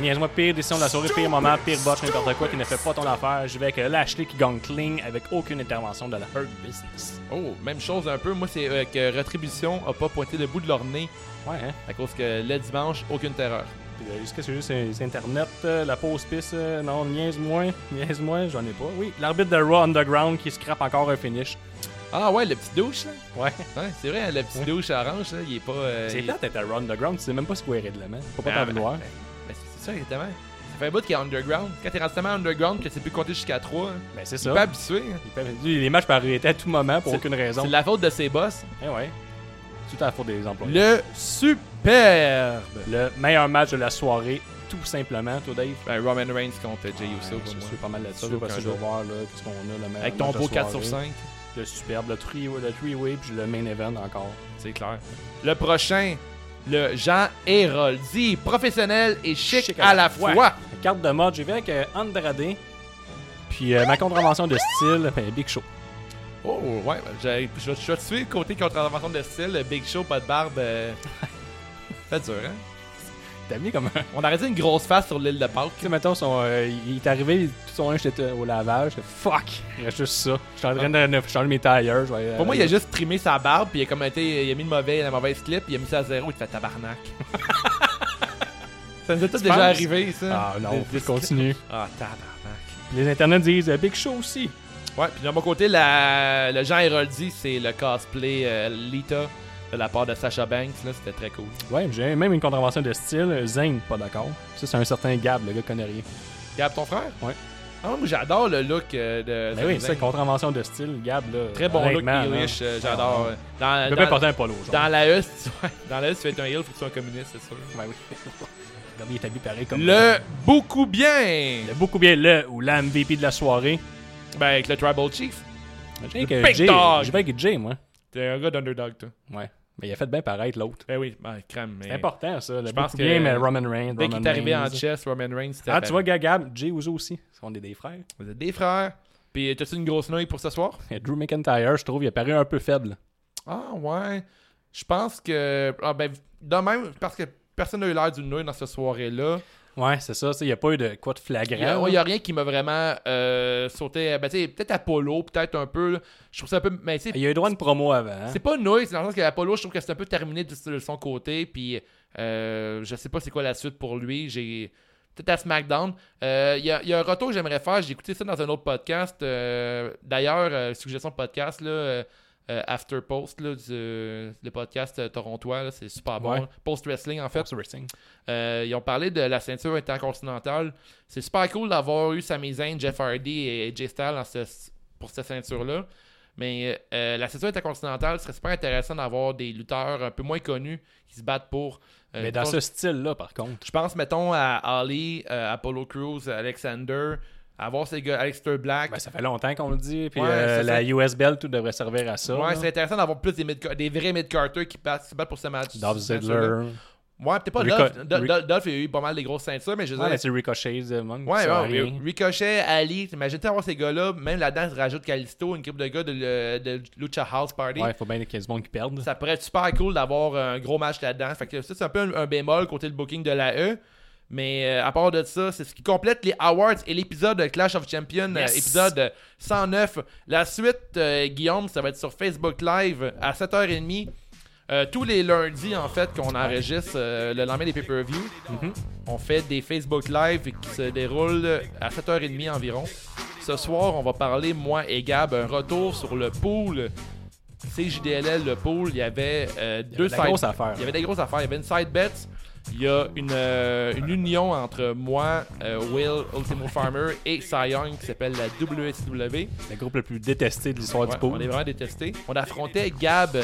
Niaise-moi, pire décision de la soirée, pire moment, pire botch, n'importe quoi qui ne fait pas ton affaire. Je vais avec euh, Lashley qui gagne clean avec aucune intervention de la Hurt Business. Oh, même chose un peu. Moi, c'est euh, que Retribution a pas pointé le bout de leur nez Ouais, hein? à cause que le dimanche, aucune terreur. Puis, euh, Est-ce que c'est juste euh, c'est Internet, euh, la pause piste? euh, non, niaise-moi, niaise-moi, j'en ai pas. Oui, l'arbitre de Raw Underground qui scrape encore un finish. Ah ouais, le petit douche, là. Ouais. Ouais, c'est vrai, hein, le petit douche orange, là, il est pas. euh, C'est il- plate d'être à Raw Underground, tu sais même pas ce qu'il de la main. Faut pas Ah, t'en vouloir. ben, ben, c'est- c'est ça, exactement. Ça fait un bout qu'il est underground. Quand t'es rendu tellement underground que tu sais plus compter jusqu'à 3, hein. Ben, c'est t'es pas ça. habitué. hein. Il peut- lui, Les matchs peuvent arrêter à tout moment pour C'est- aucune raison. C'est de la faute de ses boss. Eh ouais. Tout à la faute des employés. Le superbe. Le, meilleur match de la soirée, tout simplement, toi, Dave. Ben, Roman Reigns contre Jey Uso pour je moi. suis pas mal là-dessus Sûr parce que qu'un je vais jour. voir là, puisqu'on a le meilleur Avec ton match de beau la 4 sur soirée, 5, Le superbe, le three-way, le three-way, puis le main event encore. c'est clair. Le prochain, le Jean Héroldi, professionnel et chic, Chic à, la fois. La carte de mode, j'ai vu avec euh, Andrade. Puis euh, ma contravention de style, ben, Big Show. Oh, ouais, ben, j'ai- je vais je vais te suivre côté contravention de style, le Big Show, pas de barbe. euh, C'est dur, hein? T'as mis comme un. Tu On aurait dit une grosse face sur l'île de Pâques. sais, mettons, son, euh, il est arrivé, tout son linge était au lavage. j'étais, Fuck! Il reste juste ça. Je suis en train de je change mes tailleurs. je vais, Pour moi, il a euh, juste trimé sa barbe, puis il a comme été, il a mis le mauvais, la mauvaise clip, il a mis ça à zéro, il te fait tabarnak. ça nous est tout déjà penses? arrivé, ça. Ah non, Euh, Des- je des- continue. Ah, tabarnak. Les internets disent euh, Big Show aussi. Ouais, puis de mon côté, la... le Jean Héroldi, c'est le cosplay euh, Lita de la part de Sasha Banks. Là, c'était très cool. Ouais, j'ai même une contravention de style. Zane, pas d'accord. Ça, c'est un certain Gab, le gars connaît rien. Gab, ton frère? Ouais. Ah, moi, j'adore le look euh, de. Mais oui, c'est ça, Zayn. Ben, contravention de style, Gab, là. Très bon look, honnêtement, là. riche. j'adore. euh, Il Dans, peut pas dans, porter un polo, genre. dans la US, tu... ouais, dans la US, tu veux être un heel, faut que tu sois un communiste, c'est sûr. Ouais, Ben oui. Regarde, il est habillé pareil comme... Le beaucoup bien! Le beaucoup bien le ou la MVP de la soirée. Ben, avec le Tribal Chief. J'ai Le Big Jay, Dog. j'ai pas avec Jay, moi. T'es un gars d'underdog, toi. Ouais. Mais il a fait bien paraître l'autre. Ben oui, ben, crème. Mais... C'est important, ça. Le Je pense beaucoup que- bien, mais Roman Reigns. Dès Roman qu'il est arrivé en Reigns. chess, Roman Reigns, c'était. Ah, tu vois, gars, Gab, Jay Ouzo aussi. On est des frères. Vous êtes des frères. Puis, t'as-tu une grosse nouille pour ce soir? Et Drew McIntyre, je trouve, il a paru un peu faible. Ah ouais. Je pense que. Ah ben, de même, parce que personne n'a eu l'air d'une nouille dans cette soirée-là. Ouais, c'est ça. tu sais, Il n'y a pas eu de quoi de Il n'y a, flagrant. ouais, il y a rien qui m'a vraiment euh, sauté. Ben, tu sais, peut-être Apollo, peut-être un peu. là. Je trouve ça un peu. Mais tu sais, Ah, Il y a eu droit à une promo avant. hein. c'est pas une nouille, c'est dans le sens que Apollo, je trouve que c'est un peu terminé de, de son côté. Puis, euh, je sais pas c'est quoi la suite pour lui. J'ai. Peut-être à SmackDown. Euh, Il y, a- il y a un retour que j'aimerais faire. J'ai écouté ça dans un autre podcast. euh, D'ailleurs, euh, suggestion de podcast, là, euh, euh, After Post, là, du- le podcast euh, torontois, là, c'est super bon. Ouais. Post Wrestling, en fait. Fox Racing. Euh, ils ont parlé de la ceinture intercontinentale. C'est super cool d'avoir eu Sami Zayn, Jeff Hardy et Jay Styles dans ce- pour cette ceinture-là. Mais euh, la ceinture intercontinentale, ce serait super intéressant d'avoir des lutteurs un peu moins connus qui se battent pour. euh, Mais dans mettons, ce style-là, par contre. Je pense, mettons, à Ali, euh, Apollo Crews, Alexander, avoir ces gars, Alexander Black. Ben, ça fait longtemps qu'on le dit. Puis Ouais, euh, c'est la ça. US Belt, tout devrait servir à ça. ouais, là. c'est intéressant d'avoir plus des, mid- des vrais mid-carters qui battent- se battent pour ce match. Dolph cette ceinture-là. Ziggler. Ouais, peut-être pas Rico- Dolph. Do- Ric- Do- Dolph, il a eu pas mal des grosses ceintures, mais je veux Ouais, mais dire- c'est Ricochet, The Monk. Ouais, ça, ouais, rien. Ri- Ricochet, Ali, t'imagines-tu avoir ces gars-là, même là-dedans, ils se rajoutent Calisto, une équipe de gars de, le- de Lucha House Party. Ouais, faut bien qu'il y ait du monde qui perde. Ça pourrait être super cool d'avoir un gros match là-dedans. Fait que ça, c'est un peu un, un bémol côté le booking de la E. Mais euh, à part de ça, c'est ce qui complète les awards et l'épisode de Clash of Champions, euh, Yes. épisode 109. La suite, euh, Guillaume, ça va être sur Facebook Live à 7h30. euh, tous les lundis, en fait, qu'on enregistre euh, le lendemain des pay-per-views, on fait des Facebook Live qui se déroulent à 7h30 environ. Ce soir, on va parler, moi et Gab, un retour sur le pool. CJDLL, le pool, il y avait euh, Il y deux avait de la side- grosse affaire. Il y avait des grosses affaires. Il y avait une side bet. Il y a une, euh, une union entre moi, euh, Will, Ultimo Farmer et Cy Young qui s'appelle la WSW. Le groupe le plus détesté de l'histoire Ouais, du on est pool. vraiment détestés. On affrontait Gab,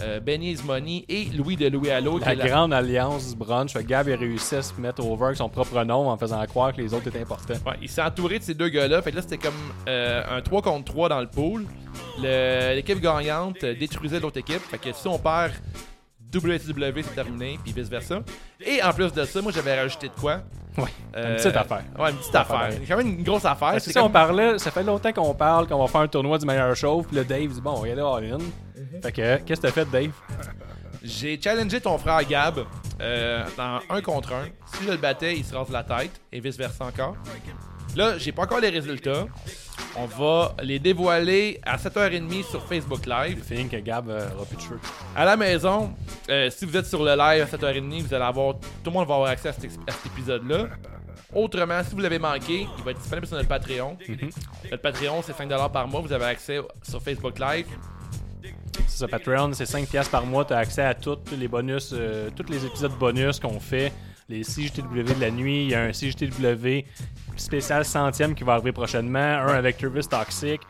euh, Benny Is Money et Louis de Louis Allo. qui La est la- grande alliance du brunch. Fait que Gab, il réussit à se mettre over avec son propre nom en faisant croire que les autres étaient importants. Ouais, il s'est entouré de ces deux gars-là. Fait que là, c'était comme euh, un 3 contre 3 dans le pool. Le- L'équipe gagnante euh, détruisait l'autre équipe. Fait que si on perd, WSW, c'est terminé, puis vice-versa. Et en plus de ça, moi, j'avais rajouté de quoi Ouais. Euh, Une petite affaire. Ouais, une petite affaire. affaire. Quand même une grosse affaire. Parce que C'est si on comme- parlait, Ah, ça fait longtemps qu'on parle qu'on va faire un tournoi du meilleur show, puis le Dave dit bon, on va y aller all-in. Fait que, qu'est-ce que t'as fait, Dave J'ai challengé ton frère Gab euh, dans un contre un. Si je le battais, il se rase la tête et vice-versa encore. Là, j'ai pas encore les résultats. On va les dévoiler à 7h30 sur Facebook Live. Le feeling que Gab euh, aura plus de cheveux. À la maison, euh, si vous êtes sur le live à 7h30, vous allez avoir. Tout le monde va avoir accès à cet, ex- à cet épisode-là. Autrement, si vous l'avez manqué, il va être disponible sur notre Patreon. Mhm. Notre Patreon, c'est 5$ par mois. Vous avez accès sur Facebook Live. C'est ça, Patreon, c'est 5$ par mois. T'as accès à tous les bonus, euh, tous les épisodes bonus qu'on fait. Les CJTW de la nuit, il y a un CJTW spécial centième qui va arriver prochainement, un avec Travis Toxic.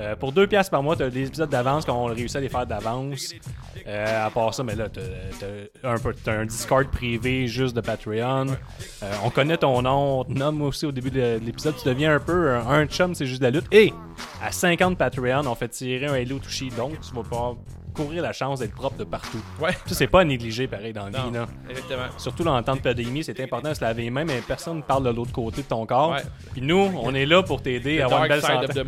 Euh, pour 2$ par mois, t'as des épisodes d'avance quand on réussit à les faire d'avance. Euh, à part ça, mais là, t'as- t'as un, peu- t'as un Discord privé juste de Patreon. Euh, on connaît ton nom, on te nomme aussi au début de l'épisode. Tu deviens un peu un, un chum, c'est juste de la lutte. Et à 50 Patreon, on fait tirer un Hello Touchy, donc tu vas pouvoir courir la chance d'être propre de partout. Ouais. Ça, c'est pas à négliger pareil dans la Non, vie. Là. Exactement. Surtout dans le temps de pandémie, c'est important de se laver les mains, mais personne ne parle de l'autre côté de ton corps. Ouais. Puis nous, on est là pour t'aider à avoir une Dark belle Side of santé.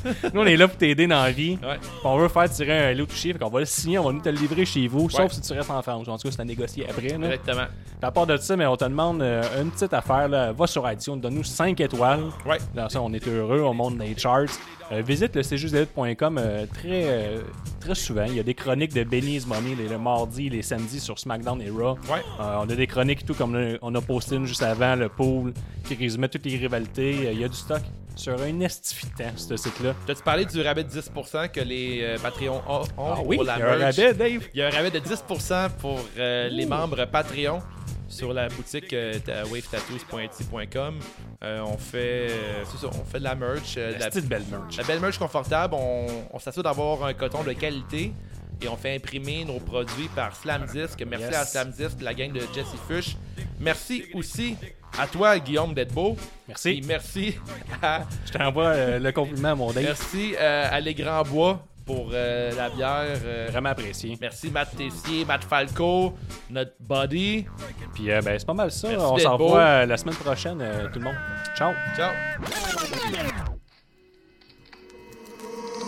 the Moon. Nous, on est là pour t'aider dans la vie. Ouais. Puis on veut faire tirer un lot touché, fait qu'on va le signer, on va nous te le livrer chez vous, sauf si tu restes en France. En tout cas, c'est à négocier après. Là. Exactement. Puis À part de ça, mais on te demande euh, une petite affaire. Là. Va sur iTunes, donne-nous 5 étoiles. Ouais. Dans ça, on est heureux, on monte dans les charts. Euh, visite le cjusdelute.com euh, très, euh, très souvent. Il y a des chroniques de Benny's Money les, le mardi, les samedis sur SmackDown et Raw. Ouais. Euh, on a des chroniques et tout, comme on a- on a posté une juste avant, le pool, qui résumait toutes les rivalités. Euh, Il y a du stock sur un estifitant, ce site-là. T'as-tu parlé du rabais de 10% que les euh, Patreons ont, ont Ah oui, pour il y a la un merch? rabais, Dave. Il y a un rabais de 10% pour euh, les membres Patreon sur la boutique euh, ta- wavetattoos.etsy.com. Euh, on fait euh, c'est ça, on fait de la merch, euh, de La la, petite belle merch. la belle merch confortable. On, on s'assure d'avoir un coton de qualité et on fait imprimer nos produits par Slam Disc. Merci Yes. à Slam Disc, la gang de Jesse Fush. Merci aussi à toi, Guillaume, d'être beau. Merci. Et merci à Je t'envoie euh, le compliment, mon Dave. Merci euh, à Les Grands Bois pour euh, la bière. euh, Vraiment apprécié. merci Matt Tessier, Matt Falco, notre buddy. Puis euh, ben, c'est pas mal ça. Merci on d'être s'en beau. revoit euh, la semaine prochaine, euh, tout le monde. Ciao. Ciao.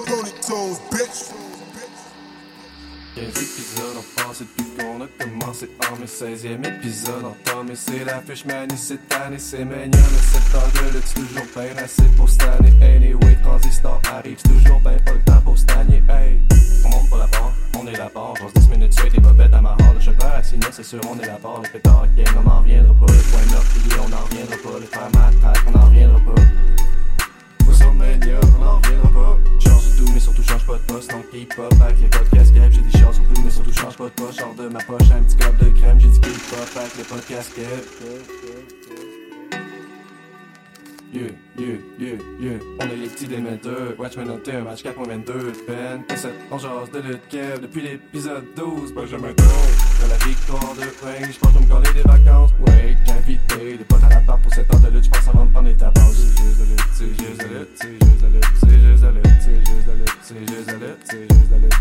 Ponytails, bitch. Quel épisode on passe depuis qu'on a commencé en mai 16e épisode en temps mais c'est l'affiche manie cette année c'est mignon le septembre le toujours bien assez pour cette année anyway transistor arrive c'est toujours bien pas le temps pour stagner hey on monte pas la barre on est la barre genre 10 minutes suite et bête à ma horde le chauffeur à signer c'est sûr on est la barre le pétard ok on n'en reviendra pas le point meurtrier on n'en reviendra pas le frère matraque on n'en reviendra pas au sommet, yeah, on en reviendra pas. Change de tout, mais surtout change pas de poste. Donc keep up avec les podcasts Kev. J'ai des chances sur tout, mais surtout change pas de poste. Genre de ma poche, un petit cop de crème. J'ai dit keep up avec les podcasts Kev. Yeah, yeah, yeah, yeah. On est les petits des metteurs. Watchmen up un match 4.22. Ben, et cette on jase de lutte Kev depuis l'épisode 12. Benjamin Tour. De la victoire de Ring, j'pense que je vais me coller des vacances. Ouais, j'ai invité des potes à la part pour cette heure de lutte. J'pense que ça va me prendre des tapas. C'est juste de lutte, c'est juste de lutte, c'est juste de lutte, c'est juste de lutte, c'est juste de lutte, c'est juste de lutte, c'est juste de lutte, c'est juste de lutte.